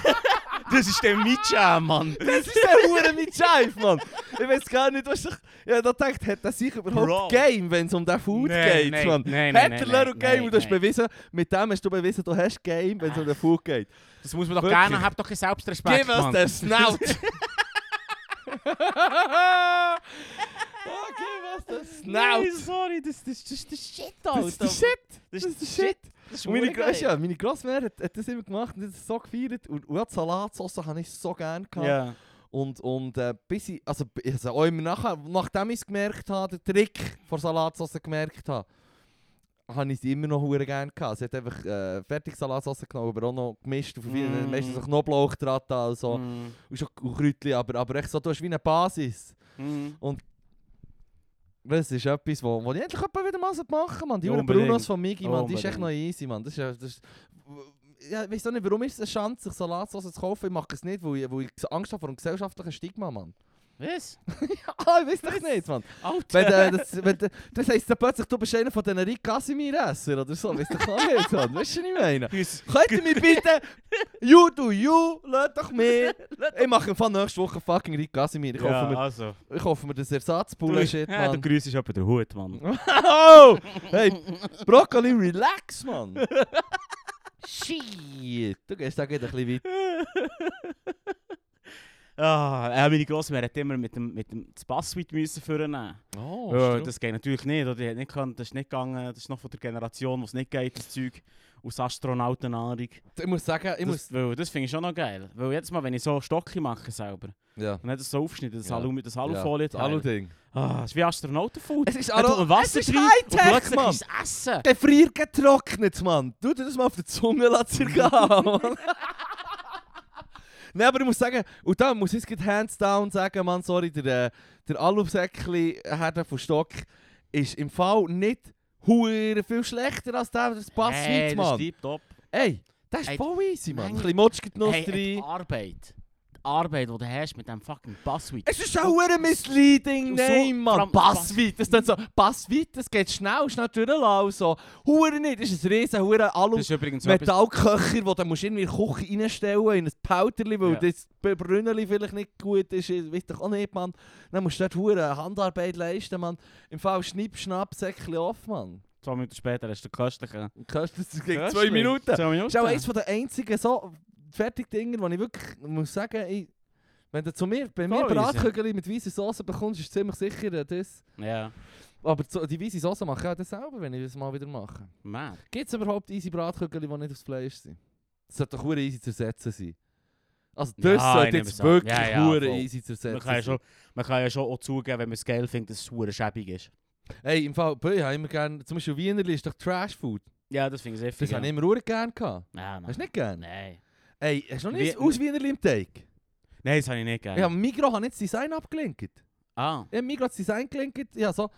Speaker 2: das ist der Mitcha, Mann.
Speaker 1: Das ist der Hure mit Scheif, Mann! Ich weiß gar nicht, was ich... Ja, da denkt, hat er sich überhaupt
Speaker 2: Bro.
Speaker 1: Game, wenn es um den Food geht, Mann?
Speaker 2: Nein,
Speaker 1: hat er Leroy Game und du hast bewiesen, mit dem hast du bewiesen, du hast Game, wenn es um den Food geht.
Speaker 2: Das muss man doch
Speaker 1: Wirklich.
Speaker 2: gerne, hab doch keinen Selbstrespekt,
Speaker 1: Gib uns
Speaker 2: Mann.
Speaker 1: den Snout! oh, gib uns den Snout!
Speaker 2: sorry, das, das, das ist der Shit,
Speaker 1: Das ist der Shit!
Speaker 2: Das
Speaker 1: ist der Shit. Und meine, Gro- ja, meine Grossmär hat, hat das immer gemacht und hat das so gefeiert. Und, und auch die Salatsauce habe ich so gerne gehabt.
Speaker 2: Ja.
Speaker 1: Und, und äh, bis ich, also, b- also auch immer nachher, nachdem ich es gemerkt habe, den Trick von Salatsauce gemerkt habe, habe ich es immer noch hure gerne gehabt. Sie hat einfach äh, fertig Salatsauce genommen, aber auch noch gemischt und mm.
Speaker 2: Mm.
Speaker 1: meistens noch Knoblauch dran getan und so.
Speaker 2: Mm.
Speaker 1: Und schon und Kräutchen, aber, aber echt so, du hast wie eine Basis.
Speaker 2: Mm.
Speaker 1: Das ist etwas, wo, wo ich endlich jemand wieder mal machen sollte, man. Die
Speaker 2: Ja,
Speaker 1: ja,
Speaker 2: unbedingt.
Speaker 1: Brunos von Migi, man, die ist echt
Speaker 2: Unbedingt.
Speaker 1: noch easy, man. Das ist, das ist, ja, ich weiss auch nicht, warum ist es eine Chance, sich Salatsauce zu kaufen? Ich mache es nicht, weil ich, weil ich Angst habe vor einem gesellschaftlichen Stigma, man.
Speaker 2: Was?
Speaker 1: Ah, ich weiß doch nicht, Mann. Wenn,
Speaker 2: Alter!
Speaker 1: äh, das, wenn, äh, das heisst dann plötzlich, du bist einer von diesen Rick Casimir-Essern oder so. Weißt du doch nicht, Mann. Weißt du, was ich meine?
Speaker 2: Uns-
Speaker 1: Könnt ihr mir bitte... You do you, lasst doch mir. Ich mache von nächste Woche fucking Rick Casimir. Ich,
Speaker 2: Ja,
Speaker 1: hoffe,
Speaker 2: also.
Speaker 1: mir, ich hoffe mir das Ersatzbullshit,
Speaker 2: Ja, du
Speaker 1: Mann.
Speaker 2: grüßt jemanden den Hut, Mann.
Speaker 1: oh! Hey, Broccoli, relax, Mann. Shit. Du gehst da gleich ein bisschen weit.
Speaker 2: Ah, äh, meine Grossmutter hat immer mit dem, mit dem das Passwort müssen vornehmen.
Speaker 1: Oh,
Speaker 2: Ja, dus das geht natürlich nicht, oder? Die hat nicht können, das ist nicht gegangen, das ist noch von der Generation, wo es nicht geht, das Zeug aus Astronautennahrung.
Speaker 1: ich muss sagen, ich muss...
Speaker 2: Das, weil, das finde ich schon noch geil. Weil jedes Mal, wenn ich so Stockchen mache selber,
Speaker 1: Ja.
Speaker 2: und nicht das so aufschneide, das
Speaker 1: Ja.
Speaker 2: Alu mit das
Speaker 1: ja.
Speaker 2: Alufolie
Speaker 1: Das Alu-Ding.
Speaker 2: Ah, das ist wie Astronautenfood.
Speaker 1: Es ist
Speaker 2: Er tut
Speaker 1: Alu...
Speaker 2: ein Wasser
Speaker 1: es ist
Speaker 2: rein und
Speaker 1: Hightech,
Speaker 2: plötzlich
Speaker 1: Mann.
Speaker 2: ist es Essen.
Speaker 1: Der Frier getrocknet, Mann. Du dir das mal auf der Zunge lassen, Mann. Nein, aber ich muss sagen, und da muss ich es gleich hands down sagen, Mann, sorry, der, äh, der Alusäckli Herde von Stock ist im Fall nicht hure viel schlechter als der, das passt
Speaker 2: hey, dus
Speaker 1: hey,
Speaker 2: das ist
Speaker 1: Mann.
Speaker 2: tiptop.
Speaker 1: Ey, das ist
Speaker 2: Ey,
Speaker 1: voll easy, Mann. Ein
Speaker 2: Mann.
Speaker 1: bisschen Motschgenuss
Speaker 2: Hey, die
Speaker 1: rein.
Speaker 2: Arbeit. Die Arbeit, die du hast mit diesem fucking Passwort.
Speaker 1: Es ist auch hure misleading
Speaker 2: Und so-
Speaker 1: Name,
Speaker 2: vor
Speaker 1: Mann.
Speaker 2: allem-
Speaker 1: Passweit, das ist so, Passweit, das geht schnell, schnell durchlaufen, so. Hure nicht, das ist ein riesen hure Alu...
Speaker 2: Das ist übrigens so etwas-
Speaker 1: Metallköcher, wo du musst irgendwie in die Küche reinstellen in ein Pauterli, weil
Speaker 2: Ja.
Speaker 1: das Be- Brünneli vielleicht nicht gut ist, weißt doch auch nicht, Mann. Dann musst du dort hure Handarbeit leisten, Mann. Im Fall schnipp, schnapp, Säckchen auf, Mann.
Speaker 2: Zwei Minuten später hast du den köstlichen.
Speaker 1: Kostet das gegen
Speaker 2: Köstlich.
Speaker 1: zwei Minuten. Das
Speaker 2: Zwei Minuten.
Speaker 1: ist auch eines der einzigen so Fertigdinger, wo ich wirklich eh, muss sagen, ich, wenn du zu mir, bei mir
Speaker 2: Voll easy.
Speaker 1: Bratkügel mit weißer Soße bekommst, ist ziemlich sicher äh, das.
Speaker 2: Ja,
Speaker 1: Aber so- die weiße Soße mache ich auch das selber, wenn ich das mal wieder mache.
Speaker 2: mad.
Speaker 1: Gibt es überhaupt easy Bratkügel, die nicht aufs Fleisch sind? Das sollte doch hure easy zu ersetzen sein. Also das
Speaker 2: Ja, ich
Speaker 1: sollte
Speaker 2: nehme es
Speaker 1: jetzt
Speaker 2: an.
Speaker 1: wirklich
Speaker 2: Ja, ja,
Speaker 1: hure
Speaker 2: voll.
Speaker 1: easy zu ersetzen
Speaker 2: Man kann, ja
Speaker 1: sein.
Speaker 2: schon, man kann ja schon auch zugeben, wenn man es geil findet, dass es hure schäbig ist.
Speaker 1: Hey, im Fall, ich habe immer gerne, zum Beispiel Wienerli ist doch Trashfood.
Speaker 2: Ja, das finde ich sehr
Speaker 1: Das habe ich immer hure gerne gehabt.
Speaker 2: Ja, nein.
Speaker 1: Hast du nicht gerne?
Speaker 2: Genau. Nein.
Speaker 1: Ey, hast du noch nicht
Speaker 2: Wie-
Speaker 1: aus Wienerli im Teig?
Speaker 2: Nein, das habe ich nicht
Speaker 1: Ich
Speaker 2: gerne.
Speaker 1: habe Migro habe nicht das Design abgelinkt. Ich
Speaker 2: Ah,
Speaker 1: habe Migro das Design gelinkt. Ja, so,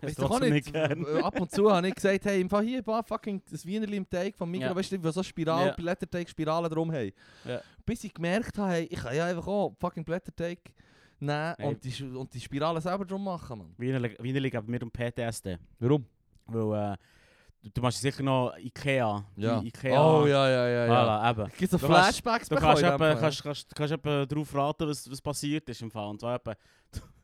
Speaker 2: das
Speaker 1: weißt
Speaker 2: ist
Speaker 1: du, auch
Speaker 2: trotzdem nicht
Speaker 1: nicht,
Speaker 2: gerne.
Speaker 1: äh, ab und zu habe ich gesagt, hey, im Fall hier, bah, fucking das Wienerli im Teig von Migro,
Speaker 2: Ja.
Speaker 1: weißt du, wo so Spiral,
Speaker 2: Ja.
Speaker 1: Blätterteig-Spiralen drum haben.
Speaker 2: Ja.
Speaker 1: bis ich gemerkt habe, hey, ich kann ja einfach auch fucking Blätterteig nehmen
Speaker 2: Hey.
Speaker 1: und, die, Sch- und die Spirale selber drum machen, Mann.
Speaker 2: Wienerli Wienerli geben mir um PTSD.
Speaker 1: Warum?
Speaker 2: Weil äh, du, du machst sicher noch nou, Ikea. Die
Speaker 1: Ja.
Speaker 2: Ikea.
Speaker 1: Oh, ja, ja, ja,
Speaker 2: Voilà,
Speaker 1: ja.
Speaker 2: eben.
Speaker 1: Gibt so
Speaker 2: Du kannst-
Speaker 1: Flashbacks
Speaker 2: Du kannst,
Speaker 1: in dem
Speaker 2: etwa,
Speaker 1: Fall,
Speaker 2: kannst, kannst, kannst etwa darauf raten, was, was passiert ist im Fall. Und zwar etwa,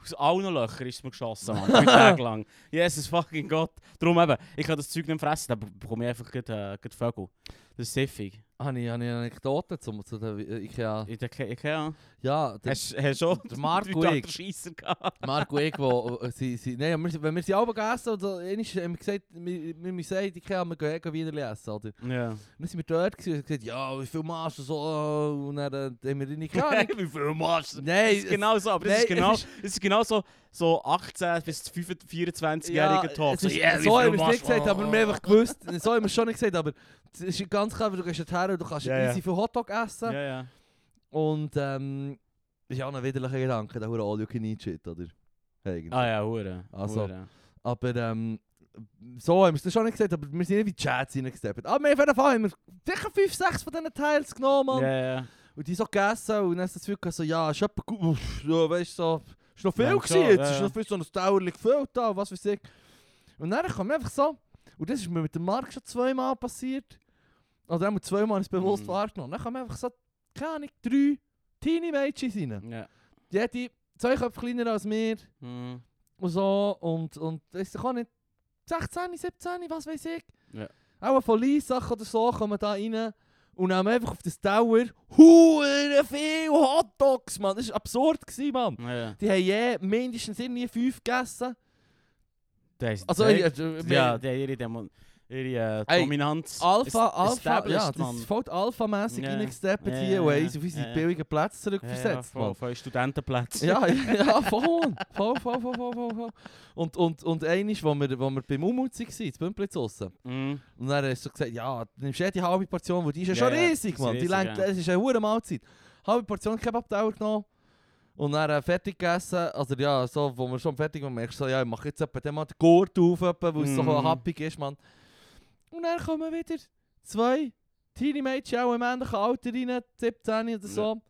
Speaker 2: aus allen Löchern ist es mir geschossen, Mann. Drei Tage lang. Jesus fucking Gott. Darum eben, ich kann das Zeug nicht fressen, dann bekomme ich einfach gleich, äh, gleich Vögel. Das ist siffig.
Speaker 1: ja. Habe ich, habe ich eine Anekdote zum, zu der äh, Ikea?
Speaker 2: Ich denke, ich kann.
Speaker 1: Ja, der
Speaker 2: Hast hast du schon
Speaker 1: der Marco
Speaker 2: drei Tage
Speaker 1: ich.
Speaker 2: den Scheisser gehabt?
Speaker 1: Marco und ich, wo, äh, sie, sie, nein, wir, wenn wir sie alle gegessen oder einmal haben wir gesagt, wir, wir müssen sagen, Ikea, wir gehen eh Wienerli essen, oder?
Speaker 2: Ja.
Speaker 1: Dann sind wir dort gewesen und haben gesagt, ja, wie viel machst du so? Und dann äh, haben wir in Ikea...
Speaker 2: Wie viel machst du?
Speaker 1: Nein,
Speaker 2: Das ist genau so, aber das
Speaker 1: nein,
Speaker 2: ist genau,
Speaker 1: es
Speaker 2: das ist genau so, so 18 bis 24-jährige Talk.
Speaker 1: es ist-
Speaker 2: yeah, wie
Speaker 1: so
Speaker 2: viel
Speaker 1: haben wir es nicht
Speaker 2: machst du?
Speaker 1: gesagt, aber wir haben einfach gewusst. So haben wir es schon nicht gesagt, aber es ist ganz klar, weil du gehst dorthin und du kannst
Speaker 2: Ja, ja.
Speaker 1: easy viel Hotdog essen.
Speaker 2: Ja, ja.
Speaker 1: Und ähm, ist ja auch ein widerlicher Gedanke, der hure all you can eat shit, oder? Eigentlich.
Speaker 2: Ah ja, hure.
Speaker 1: Also,
Speaker 2: hure.
Speaker 1: Aber ähm, so haben wir es dann schon nicht gesagt, aber wir sind nicht wie die Chats reingesteppt. Aber wir auf jeden Fall haben wir sicher 5, 6 von diesen Teils genommen. Mann.
Speaker 2: Ja, ja.
Speaker 1: Und die so gegessen und dann hast du das Gefühl gehabt, so, ja, ist jemand gut, uff, so, weißt du, so, ist noch viel
Speaker 2: Ja,
Speaker 1: gewesen
Speaker 2: klar,
Speaker 1: jetzt,
Speaker 2: ja,
Speaker 1: ist
Speaker 2: ja.
Speaker 1: noch viel so ein Dauerli gefüllt da, was weiß ich. Und dann kam einfach so, und das ist mir mit dem Marc schon zweimal passiert, oder einmal zweimal ist bewusst
Speaker 2: Mhm.
Speaker 1: wahrgenommen, dann kam einfach so, keine Ahnung, drei Teenie-Mädchen rein.
Speaker 2: ja.
Speaker 1: Jede, zwei Köpfe kleiner als mir
Speaker 2: Mhm.
Speaker 1: und so, und, und weißt du, kann nicht, 16, 17, was weiß ich.
Speaker 2: Ja.
Speaker 1: Auch von Leisach oder so kommen da rein und nehmen einfach auf das Tower hure viel Hotdogs, Mann. Das war absurd, gewesen, Mann.
Speaker 2: Ja, ja.
Speaker 1: Die haben je mindestens irgendwie fünf gegessen.
Speaker 2: Der ist
Speaker 1: Also,
Speaker 2: der,
Speaker 1: ich- äh, also, ich
Speaker 2: ja,
Speaker 1: meine-
Speaker 2: der ihre Dämon. ihre äh,
Speaker 1: Ey,
Speaker 2: Dominanz
Speaker 1: Alpha,
Speaker 2: es-
Speaker 1: Alpha,
Speaker 2: established,
Speaker 1: ja, das
Speaker 2: Mann.
Speaker 1: ist voll alpha-mässig
Speaker 2: Ja.
Speaker 1: reingesteppt
Speaker 2: Ja,
Speaker 1: hier
Speaker 2: ja,
Speaker 1: und
Speaker 2: ja,
Speaker 1: eins auf unsere
Speaker 2: ja, ja.
Speaker 1: billigen Plätze zurückversetzt,
Speaker 2: versetzt, ja,
Speaker 1: Mann.
Speaker 2: Von Studentenplätzen.
Speaker 1: Ja, ja, voll, voll, voll, voll, voll, voll, voll. Und, und, und eines, wo wir, wo wir beim Umut waren, in Bümplitz draussen,
Speaker 2: Mhm.
Speaker 1: Und dann hast du gesagt, ja, du nimmst eh die halbe Portion, weil die ist ja,
Speaker 2: Ja,
Speaker 1: schon
Speaker 2: ja,
Speaker 1: riesig,
Speaker 2: die ist
Speaker 1: Mann. Die
Speaker 2: riesig,
Speaker 1: lenkt,
Speaker 2: ja.
Speaker 1: es ist eine hohe Mahlzeit. Halbe Portion Kebabteller genommen und dann äh, fertig gegessen. Also ja, so, wo wir schon fertig waren, merkst du so, ja, ich mache jetzt etwa den mal den Gurt auf, etwa, weil es so
Speaker 2: Mhm.
Speaker 1: happig ist, Mann. Und dann kommen wieder zwei Teenage-Mädchen, auch im ähnlichen Alter rein, 17 oder so.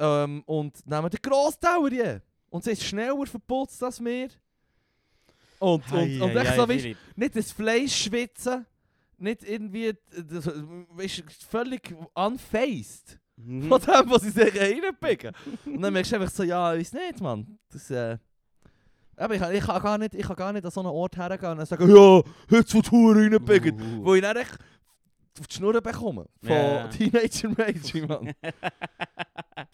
Speaker 1: Ähm, und nehmen den Grosstauer hier. Und sie ist schneller verputzt als wir. Und, und,
Speaker 2: Hei,
Speaker 1: und
Speaker 2: hei,
Speaker 1: echt
Speaker 2: hei,
Speaker 1: so, weißt,
Speaker 2: Philipp.
Speaker 1: nicht das Fleisch schwitzen, nicht irgendwie äh, das, äh, weisst du, völlig unfaced
Speaker 2: Mhm.
Speaker 1: von dem, was sie sich reinpicken. Und dann merkst du einfach so, ja, ich weiß nicht, Mann. Das, äh, aber ich, ich, kann gar nicht, ich kann gar nicht an so einen Ort hergehen und dann sagen, ja, jetzt von Tour reinpicken.
Speaker 2: Uh.
Speaker 1: Wo ich dann nou echt auf die Schnur bekomme. Von
Speaker 2: Ja.
Speaker 1: Teenager Rage, Mann.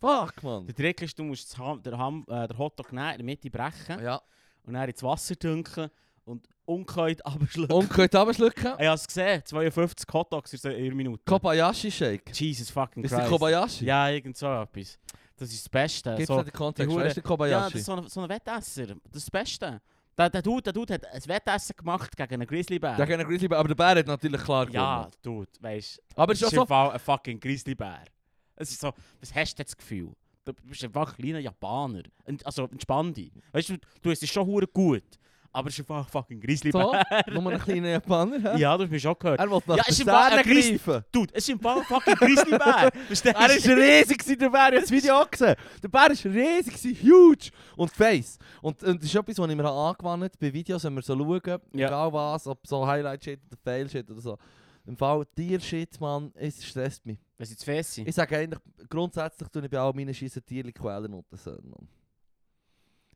Speaker 1: Fuck, Mann.
Speaker 2: Der Trick ist, du musst das Ham, der, Ham, äh, der Hotdog nehmen, in der Mitte brechen
Speaker 1: Ja.
Speaker 2: und dann ins Wasser tunken und Unkraut abschlucken.
Speaker 1: Und könnt abschlucken.
Speaker 2: Ich habe es gesehen, 52 Hotdogs in so einer Minute.
Speaker 1: Kobayashi-Shake.
Speaker 2: Jesus fucking
Speaker 1: Ist der
Speaker 2: Christ.
Speaker 1: Kobayashi?
Speaker 2: ja, irgend so etwas. Das ist das Beste.
Speaker 1: Gibt's
Speaker 2: so,
Speaker 1: noch den Kontext?
Speaker 2: die
Speaker 1: Wer
Speaker 2: Hure-
Speaker 1: ist der
Speaker 2: ja,
Speaker 1: Kobayashi?
Speaker 2: das ist so ein, so ein Wettesser. Das ist das Beste. Der, der, Dude, der Dude hat ein Wettessen gemacht gegen einen Grizzlybär.
Speaker 1: Der gerne Grizzly Bear, aber der Bär hat natürlich klar
Speaker 2: ja,
Speaker 1: gewonnen.
Speaker 2: Dude, weißt du,
Speaker 1: Aber
Speaker 2: das
Speaker 1: es ist
Speaker 2: ist
Speaker 1: auch
Speaker 2: im
Speaker 1: so,
Speaker 2: Fall ein fucking Grizzlybär. Es ist so, was hast du jetzt das Gefühl? Du bist einfach ein kleiner Japaner. Ent- Also entspann dich. Weißt du, du hast es schon hure gut, aber es ist einfach ein fucking
Speaker 1: so,
Speaker 2: Grizzlybär.
Speaker 1: nur ein kleiner Japaner. hä?
Speaker 2: Ja, du hast mich schon gehört.
Speaker 1: Er wollte nach
Speaker 2: Ja,
Speaker 1: der
Speaker 2: ist im Fall
Speaker 1: Zähne
Speaker 2: ein Grizzly-
Speaker 1: greifen.
Speaker 2: Dude, es ist ein fucking Dus Grizzlybär.
Speaker 1: Er
Speaker 2: Verstehst
Speaker 1: war riesig, gewesen, der Bär. Ich habe das Video auch gesehen. Der Bär war riesig, gewesen, huge. Und face. eh, Und, und das ist etwas, was ich mir habe angewandt habe bei Videos, wenn wir so schauen,
Speaker 2: Ja.
Speaker 1: egal was, ob so Highlight-Shit oder Fail-Shit oder so. Im Fall Tier-Shit, Mann, es stresst mich.
Speaker 2: Was ist fest?
Speaker 1: Ich sage eigentlich, grundsätzlich tue ich bei all meinen Scheissen Tiere Quellen unter Mann.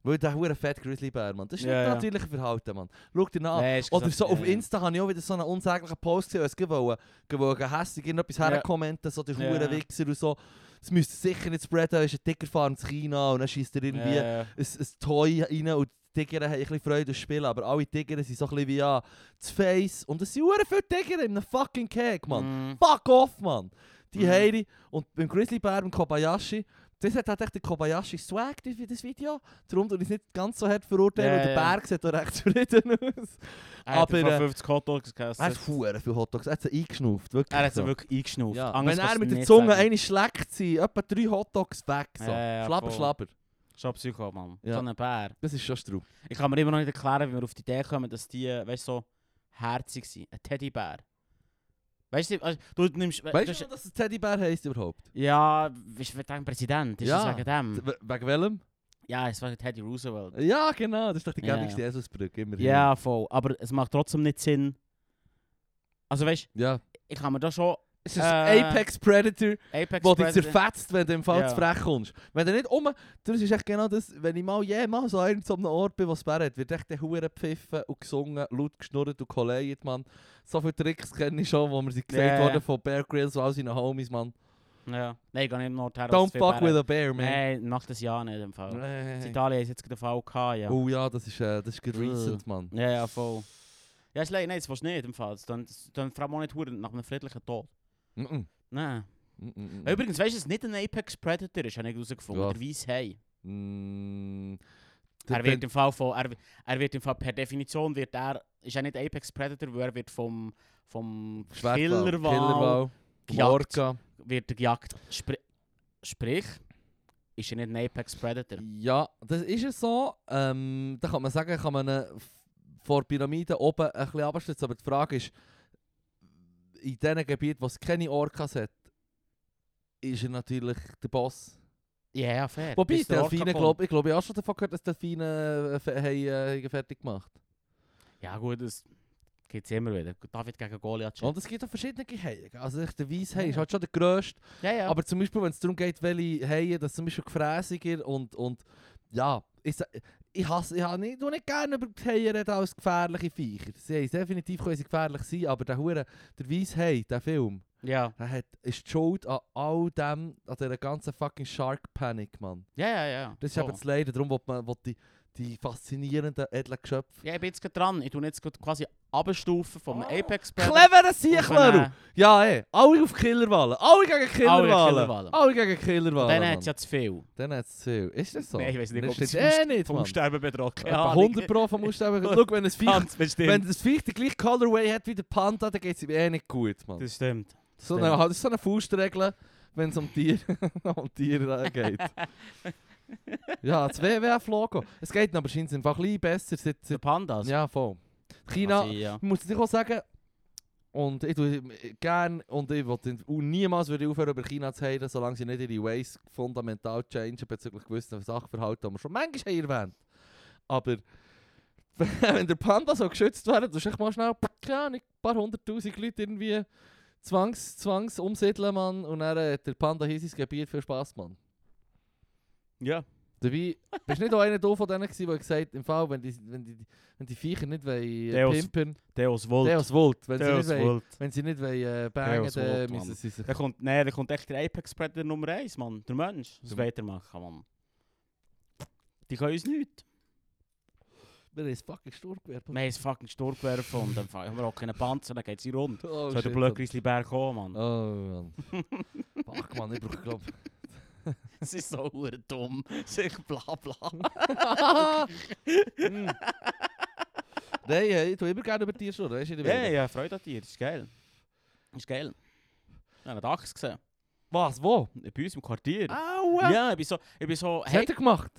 Speaker 1: Weil der hure fett Grizzlybär, Mann. Das ist
Speaker 2: Ja,
Speaker 1: nicht
Speaker 2: ja.
Speaker 1: natürliches Verhalten, Mann. Schau dir nach. Oder so auf Insta habe ich auch wieder so einen unsäglichen Post gesehen, als ich wollte, wollte hässlich irgendetwas
Speaker 2: Ja.
Speaker 1: herkommenten, so der
Speaker 2: Ja.
Speaker 1: hure Wichser und so. Das müsst ihr sicher nicht spreaden, ist ein dicker Farm in China und dann schießt er irgendwie
Speaker 2: Ja,
Speaker 1: ein, ein Toy rein und die Tiger haben ein bisschen Freude am Spielen, aber alle Tiger sind so ein bisschen wie ja, das Face und es sind hure viele Tiger in einem fucking Cake, Mann.
Speaker 2: Mm.
Speaker 1: Fuck off, Mann! Die
Speaker 2: Mhm.
Speaker 1: Heidi und beim Grizzlybär, beim Kobayashi, das hat halt echt der Kobayashi Swag die- für das Video. Darum tue ich es nicht ganz so hart verurteilen,
Speaker 2: Ja,
Speaker 1: und der
Speaker 2: ja.
Speaker 1: Berg sieht auch recht zufrieden aus.
Speaker 2: Aber...
Speaker 1: Aber,
Speaker 2: Er
Speaker 1: äh,
Speaker 2: hat 50 Hotdogs gegessen.
Speaker 1: Er hat verdammt viel Hotdogs, er hat sie eingeschnauft, wirklich.
Speaker 2: Er hat sie
Speaker 1: so.
Speaker 2: wirklich eingeschnauft.
Speaker 1: Ja.
Speaker 2: Anders
Speaker 1: Wenn er
Speaker 2: kann's
Speaker 1: mit der
Speaker 2: nicht
Speaker 1: Zunge
Speaker 2: sagen.
Speaker 1: eine schlägt, sind etwa drei Hotdogs weg. So.
Speaker 2: Ja, ja,
Speaker 1: schlapper,
Speaker 2: voll.
Speaker 1: schlapper.
Speaker 2: Schon Psycho, Mann.
Speaker 1: Ja.
Speaker 2: So ein Bär.
Speaker 1: Das ist schon straub.
Speaker 2: Ich kann mir immer noch nicht erklären, wie wir auf die Idee kommen, dass die, äh, weißt du, so herzig sind. Ein Teddybär. Weißt du, also, du nimmst. we-
Speaker 1: Weißt
Speaker 2: das
Speaker 1: du,
Speaker 2: ist-
Speaker 1: dass es Teddybär heisst überhaupt?
Speaker 2: Ja, weißt du, dein Präsident ist
Speaker 1: Ja.
Speaker 2: das wegen dem.
Speaker 1: We- Wegen welchem?
Speaker 2: Ja, es war Teddy Roosevelt.
Speaker 1: Ja, genau, das ist doch die
Speaker 2: Ja,
Speaker 1: gäbigste Jesusbrücke. immerhin.
Speaker 2: Ja, voll. Aber es macht trotzdem nicht Sinn. Also, weißt du,
Speaker 1: ja.
Speaker 2: ich kann mir da schon
Speaker 1: Es ist
Speaker 2: Äh,
Speaker 1: ein Apex Predator.
Speaker 2: Apex
Speaker 1: Wo dich
Speaker 2: Predator-
Speaker 1: zerfetzt, wenn du im Fall
Speaker 2: Ja.
Speaker 1: zu frech kommst. Wenn du nicht um... Das ist echt genau das, wenn ich mal jemals an irgendeinem Ort bin, was Bär hat, wird echt der Huren gepfiffen und gesungen, laut geschnurrt und geleiert, Mann. So viele Tricks kenne ich schon, wo mir sie gesagt
Speaker 2: Ja, ja.
Speaker 1: wurden von Bear Grylls und all seinen Homies, Mann.
Speaker 2: Ja. Nein, gar nicht im Nordterra.
Speaker 1: Don't fuck with a bear, man.
Speaker 2: Nein, mach das ja nicht im Fall. In
Speaker 1: Nee.
Speaker 2: Italien ist jetzt gerade der Fall gehabt, ja.
Speaker 1: Oh ja, das ist, äh, das ist gerade
Speaker 2: Ugh.
Speaker 1: recent, Mann.
Speaker 2: Ja, ja, voll. Ja, ist leid, nein, das willst du nicht im Fall. Dann, dann fragt man nicht verdammt nach einem friedlichen Tod.
Speaker 1: Mm -mm.
Speaker 2: Nein.
Speaker 1: Mm -mm.
Speaker 2: Ja, Übrigens, weißt du, dass es nicht ein Apex Predator ist, habe ich herausgefunden.
Speaker 1: Was?
Speaker 2: Der weiss hey.
Speaker 1: Mm.
Speaker 2: Er
Speaker 1: Der-
Speaker 2: wird im Fall von, er, er wird im Fall per Definition wird er, ist er nicht Apex Predator, weil er wird vom, vom
Speaker 1: Schwertwal,
Speaker 2: Killerwal
Speaker 1: Killerwal,
Speaker 2: gejagt.
Speaker 1: Orca.
Speaker 2: wird er gejagt. Spr sprich, ist er nicht ein Apex Predator.
Speaker 1: Ja, das ist ja so. Ähm, da kann man sagen, kann man ihn vor der Pyramide oben ein bisschen abstützen. Aber die Frage ist, in diesen Gebieten, wo es keine Orcas hat, ist er natürlich der Boss.
Speaker 2: Ja, ja, fair.
Speaker 1: Wobei,
Speaker 2: Bis der Orca
Speaker 1: Delfine,
Speaker 2: kommt.
Speaker 1: glaub, ich glaube, ich habe schon davon gehört, dass Delfine äh, fe- haben, äh, fertig gemacht
Speaker 2: Ja dus- gut, das gibt es immer wieder. David gegen Goliath.
Speaker 1: Und es gibt auch verschiedene Haie. Also echt, der Weiss
Speaker 2: Ja,
Speaker 1: ist
Speaker 2: ja.
Speaker 1: halt schon der grösste.
Speaker 2: Ja, ja.
Speaker 1: Aber zum Beispiel, wenn es darum geht, welche Haie, das ist zum Beispiel gefräsiger und, und ja, ich, sa- ich hasse, ich habe nicht, tu nicht gerne über die Haie reden als gefährliche Viecher. Sie haben definitiv können sie gefährlich sein, aber der Hure, der Weissheit, der Film,
Speaker 2: ja.
Speaker 1: der hat, ist die Schuld an all dem, an dieser ganzen fucking Shark Panic, Mann.
Speaker 2: Ja, ja, ja.
Speaker 1: Das ist
Speaker 2: So.
Speaker 1: eben das Leiden, darum will man will die, die faszinierenden, edlen Geschöpfe.
Speaker 2: Ja, ich bin jetzt gerade dran. Ich tue jetzt gerade quasi abstufen vom
Speaker 1: Ah.
Speaker 2: Apex
Speaker 1: Cleverer
Speaker 2: auf
Speaker 1: Siechler!
Speaker 2: einen-
Speaker 1: Ja, ey. Alle auf Killerwahlen. Alle gegen Killerwahlen.
Speaker 2: Killerwahlen.
Speaker 1: Alle gegen Killerwahlen.
Speaker 2: Dann hat es
Speaker 1: Mann.
Speaker 2: ja zu viel.
Speaker 1: Dann hat es viel. Ist das so?
Speaker 2: Nein, ich weiss nicht,
Speaker 1: Das
Speaker 2: ob es
Speaker 1: steht eh nicht,
Speaker 2: Vom
Speaker 1: Mann.
Speaker 2: Sterben bedroht. Keine
Speaker 1: Etwa
Speaker 2: Ahnung.
Speaker 1: 100 Pro vom Aussterben. Schau, wenn ein Viech,
Speaker 2: Ganz bestimmt.
Speaker 1: wenn das Viech den gleichen Colorway hat wie der Panda, dann geht es ihm eh nicht gut, Mann.
Speaker 2: das stimmt.
Speaker 1: So eine, das ist so eine Faustregel, wenn es um Tier, um Tier äh, geht. ja, das WWF-Logo. Es geht aber scheint einfach ein bisschen besser. Seit,
Speaker 2: Der
Speaker 1: seit,
Speaker 2: Pandas.
Speaker 1: ja, voll. China,
Speaker 2: Also, ja.
Speaker 1: ich muss dir auch sagen, und ich tue gerne, und ich will und niemals würde ich aufhören, über China zu reden, solange sie nicht ihre Ways fundamental changen bezüglich gewisser Sachverhalten, die wir schon manchmal haben erwähnt Aber wenn der Panda so geschützt wäre, dann ich mal schnell, keine Ahnung, ein paar hunderttausend Leute irgendwie zwangs, zwangs umsiedeln, Mann, und dann hat der Panda hier sein Gebiet für Spass, Mann.
Speaker 2: ja.
Speaker 1: Dabei bist du nicht auch einer da von denen, gewesen, der gesagt hat, im Fall, wenn die, wenn die, wenn die Viecher nicht wollen, äh,
Speaker 2: Deus-
Speaker 1: pimpen,
Speaker 2: Deus Volt.
Speaker 1: der aus Wult, wenn sie
Speaker 2: Deus
Speaker 1: nicht wollen,
Speaker 2: Volt.
Speaker 1: Wenn sie nicht wollen, äh,
Speaker 2: Ja,
Speaker 1: bangen,
Speaker 2: das
Speaker 1: dann
Speaker 2: wollt
Speaker 1: müssen
Speaker 2: man.
Speaker 1: sie sich...
Speaker 2: Da kommt, nee, da kommt echt der Apex Predator Nummer 1, Mann. Der Mensch. Das
Speaker 1: Der-
Speaker 2: weiter machen, Mann. Die können uns nichts.
Speaker 1: Wir haben ein fucking Sturmgewehr.
Speaker 2: Wir haben ein fucking Sturmgewehr gefunden. Dann haben wir auch keinen Panzer, dann geht sie rund.
Speaker 1: Oh,
Speaker 2: Soll der
Speaker 1: shit,
Speaker 2: Blöckrisli Bär kommen,
Speaker 1: Mann.
Speaker 2: Mann.
Speaker 1: Oh, Mann. Fuck, Mann, ich brauche, glaub...
Speaker 2: Das ist so hure dumm. Sich bla bla.
Speaker 1: Hm. Nein, äh, ich tue immer gerne über Tiere schnurren, weisst du? ich
Speaker 2: Ja,
Speaker 1: will-
Speaker 2: ja, Freude an dir. Ist geil. Ist geil. Ich habe einen Dachs gesehen.
Speaker 1: Was, wo?
Speaker 2: Bei uns im Quartier.
Speaker 1: Aua!
Speaker 2: Ja, ich bin so, ich bin so,
Speaker 1: Was
Speaker 2: hey,
Speaker 1: hat er gemacht?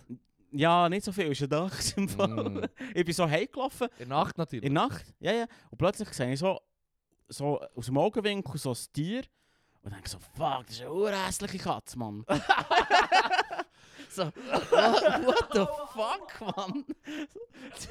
Speaker 2: ja, nicht so viel, ist ein Dachs im Fall.
Speaker 1: Mm.
Speaker 2: Ich bin so heimgelaufen
Speaker 1: In der Nacht
Speaker 2: In
Speaker 1: natürlich.
Speaker 2: der Nacht, ja, ja. Und plötzlich sehe ich so, so aus dem Augenwinkel so ein Tier. Und denke so, fuck, das ist eine urhässliche Katze, Mann. so, what, what the fuck, Mann?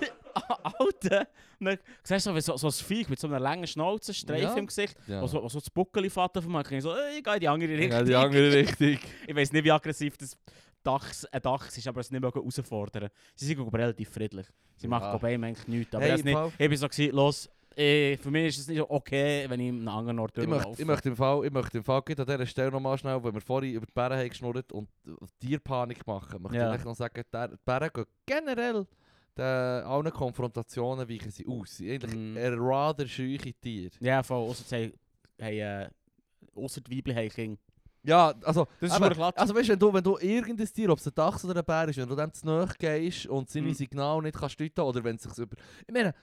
Speaker 2: Alter. Und dann siehst du so, wie so, so ein Viech mit so einer langen Schnauze, Streifen
Speaker 1: Ja.
Speaker 2: im Gesicht,
Speaker 1: Ja.
Speaker 2: was so, was so das Buckeli fährt auf dem Markt. Ich so, äh, ich gehe in die andere Richtung.
Speaker 1: Ja, die andere Richtung.
Speaker 2: Ich weiß nicht, wie aggressiv das Dachs, ein Dachs ist, aber es nicht mehr herausfordern. Sie sind aber relativ friedlich. Sie machen
Speaker 1: Ja.
Speaker 2: ja. bei ihm eigentlich nichts. Aber
Speaker 1: Hey,
Speaker 2: das
Speaker 1: im
Speaker 2: nicht,
Speaker 1: Fall-
Speaker 2: ich bin so gesagt, los, eh, für mich ist es nicht so okay, wenn ich an einem anderen Ort
Speaker 1: Ich möchte,
Speaker 2: durchlaufe.
Speaker 1: ich möchte im Fall, ich möchte im Fall gerade an dieser Stelle nochmal schnell, weil wir vorhin über die Bären haben geschnurrt und äh, Tierpanik machen, möchte
Speaker 2: Ja.
Speaker 1: ich echt noch sagen, der- die Bären gehen generell den, allen Konfrontationen weichen sie aus. Sie sind eigentlich
Speaker 2: Mm.
Speaker 1: ein rather scheuche Tier.
Speaker 2: Ja, voll, außer sie hey, äh, außer die Weibchen haben Kinder.
Speaker 1: Ja, also,
Speaker 2: Das
Speaker 1: aber-
Speaker 2: ist schon klar.
Speaker 1: also weißt, wenn du, wenn du irgendein Tier, ob es ein Dachs oder ein Bär ist, wenn du dem zu nahe gehst und seine
Speaker 2: Mm.
Speaker 1: Signale nicht kannst deuten oder wenn es sich über... Ich meine,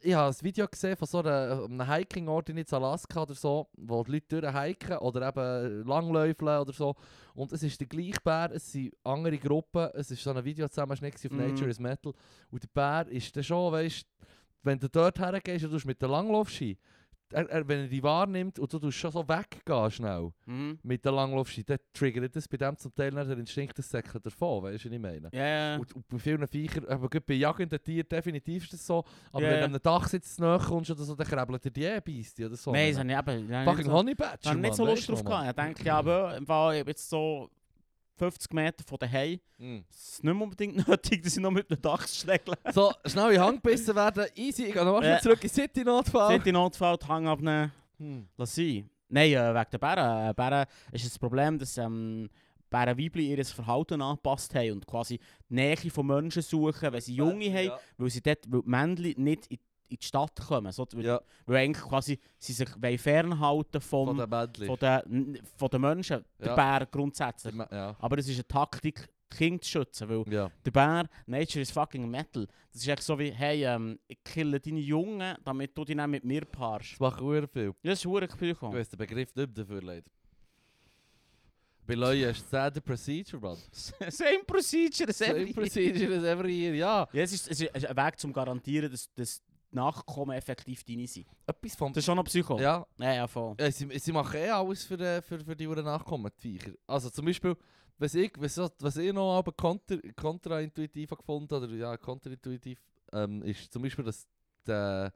Speaker 1: ich habe ein Video gesehen von so einer- einem Hiking-Ort in jetzt Alaska oder so, wo die Leute durchhiken oder eben langläufeln oder so. Und es ist der gleiche Bär, es sind andere Gruppen, es ist so ein Video zusammenschnitt auf
Speaker 2: Mhm.
Speaker 1: Nature is Metal. Und der Bär ist dann schon, weißt wenn du dort hergehst und du bist mit der Langlaufski, er, er, wenn er dich wahrnimmt und du tust schon so weggehst schnell
Speaker 2: Mhm.
Speaker 1: mit der Langlaufski, dann triggert das bei dem zum Teil dann den Instinkt des Säckchen davon, weißt du, was ich meine?
Speaker 2: Ja, ja.
Speaker 1: Und, und bei vielen Viechern, aber gut, bei jagenden Tieren definitiv ist das so, aber
Speaker 2: Ja,
Speaker 1: wenn
Speaker 2: ja.
Speaker 1: du einem Dachsitz zu nahe kommst oder so, dann krabbelt er die eh, beißt dich oder so.
Speaker 2: Nein, das habe ich eben... das habe ich nicht
Speaker 1: Fucking
Speaker 2: so-
Speaker 1: Honey Badger,
Speaker 2: Da habe ich nicht so
Speaker 1: Mann,
Speaker 2: Lust
Speaker 1: weisst du
Speaker 2: drauf
Speaker 1: noch, Mann?
Speaker 2: gehabt. Ich denke, ja, aber im Fall, ich bin jetzt so 50 Meter von daheim.
Speaker 1: Mhm.
Speaker 2: Es ist nicht mehr unbedingt nötig, dass ich noch mit einem Dachs schlägle.
Speaker 1: So, schnell in Hang gebissen werden, easy, ich gehe noch mal schnell
Speaker 2: Ja.
Speaker 1: zurück in City-Notfall.
Speaker 2: City Notfall, die Hang abnehmen.
Speaker 1: Hm.
Speaker 2: Lass sein. Nein, äh, wegen der Bären. Äh, Bären ist das Problem, dass ähm, Bärenweibli ihr Verhalten angepasst haben und quasi die Nähe von Menschen suchen, wenn sie Junge haben,
Speaker 1: Ja.
Speaker 2: weil sie dort, weil die Männchen nicht in, in die Stadt kommen. So, weil,
Speaker 1: Ja.
Speaker 2: weil eigentlich quasi sie sich wollen fernhalten
Speaker 1: Von
Speaker 2: vom,
Speaker 1: den Mädchen.
Speaker 2: von, den, n- von den Menschen,
Speaker 1: Ja.
Speaker 2: der Bär grundsätzlich.
Speaker 1: Ja.
Speaker 2: Aber das ist eine Taktik, die Kinder zu schützen, weil
Speaker 1: Ja.
Speaker 2: der Bär, Nature is fucking Metal. Das ist echt so wie, hey, ähm, ich kille deine Jungen, damit du dich dann mit mir paarst.
Speaker 1: Das macht sehr viel.
Speaker 2: Das ist verdammt
Speaker 1: Ich
Speaker 2: Psycho.
Speaker 1: weiss den Begriff nicht mehr dafür, leider. Bei Leuten ist das der Procedure, Mann.
Speaker 2: same procedure,
Speaker 1: Same procedure as every year, ja.
Speaker 2: Ja, es, ist, es ist ein Weg, um zu garantieren, dass, dass die Nachkommen effektiv deine sind.
Speaker 1: Etwas vom...
Speaker 2: Das ist schon noch Psycho.
Speaker 1: Ja,
Speaker 2: ja, ja, voll.
Speaker 1: ja sie, sie machen eh alles für, äh, für, für die Uhren Nachkommen, die Viecher. Also zum Beispiel, was ich, was, so- was ich noch aber konter, kontraintuitiv habe gefunden oder ja, kontraintuitiv, ähm, ist zum Beispiel, dass die,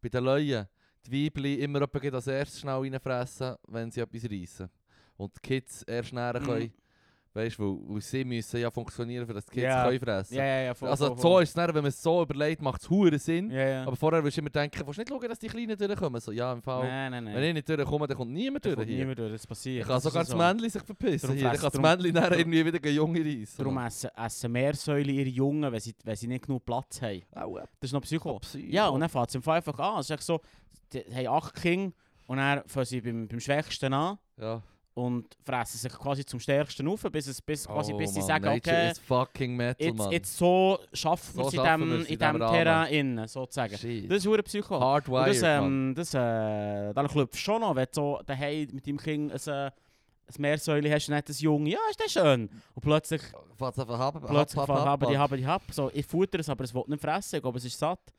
Speaker 1: bei den Leuten die Weibli immer etwa gleich als erstes schnell reinfressen, wenn sie etwas reissen. Und die Kids erst näher
Speaker 2: Mhm.
Speaker 1: können, Weißt du, weil, weil sie müssen ja funktionieren, für das die Kids
Speaker 2: Ja.
Speaker 1: können fressen
Speaker 2: Ja, ja, ja, voll,
Speaker 1: Also
Speaker 2: voll,
Speaker 1: so
Speaker 2: voll.
Speaker 1: ist es dann, wenn man es so überlegt, macht es huere Sinn.
Speaker 2: Ja, ja.
Speaker 1: Aber vorher willst du immer denken, willst du nicht schauen, dass die Kleinen durchkommen? So, ja, im Fall,
Speaker 2: Nein, nein, nein.
Speaker 1: wenn ich nicht durchkomme, dann kommt niemand
Speaker 2: Da
Speaker 1: durch
Speaker 2: kommt
Speaker 1: hier.
Speaker 2: niemand durch, das passiert.
Speaker 1: Ich kann
Speaker 2: Das ist
Speaker 1: sogar
Speaker 2: so.
Speaker 1: das Männchen sich verpissen
Speaker 2: Darum
Speaker 1: hier. Ich
Speaker 2: fressen-
Speaker 1: kann das
Speaker 2: darum-
Speaker 1: Männchen dann
Speaker 2: darum-
Speaker 1: irgendwie wieder gegen Junge reissen.
Speaker 2: Darum essen, essen Meersäule ihre Jungen, wenn sie, wenn sie nicht genug Platz haben.
Speaker 1: Au, äh,
Speaker 2: Das ist noch Psycho.
Speaker 1: Psycho.
Speaker 2: Ja, und dann fängt es im Fall einfach an. Es ist echt so, die haben acht Kinder und dann fangen sie beim, beim Schwächsten an
Speaker 1: Ja.
Speaker 2: und fressen sich quasi zum Stärksten auf, bis, es, bis, quasi,
Speaker 1: Oh,
Speaker 2: bis sie
Speaker 1: Mann,
Speaker 2: sagen,
Speaker 1: Nature
Speaker 2: okay,
Speaker 1: is fucking metal,
Speaker 2: jetzt,
Speaker 1: Mann.
Speaker 2: jetzt so schaffen wir
Speaker 1: So
Speaker 2: es in
Speaker 1: schaffen
Speaker 2: dem,
Speaker 1: wir's
Speaker 2: in
Speaker 1: in
Speaker 2: dem
Speaker 1: dem
Speaker 2: Terrain innen, sozusagen.
Speaker 1: Shit.
Speaker 2: Das ist hure Psycho. Und
Speaker 1: Hardwired,
Speaker 2: das,
Speaker 1: Mann.
Speaker 2: ähm, das, äh, dann klopfst du schon noch, wenn du so daheim mit deinem Kind ein, äh, ein Meersäule hast und nicht ein Junge, ja, ist das schön. Und plötzlich,
Speaker 1: Fahrt's einfach ab, ab,
Speaker 2: plötzlich
Speaker 1: ab,
Speaker 2: fahren
Speaker 1: ab,
Speaker 2: haben die,
Speaker 1: ab.
Speaker 2: haben die, haben So, ich futter es, aber es will nicht fressen, ich glaube, es ist satt.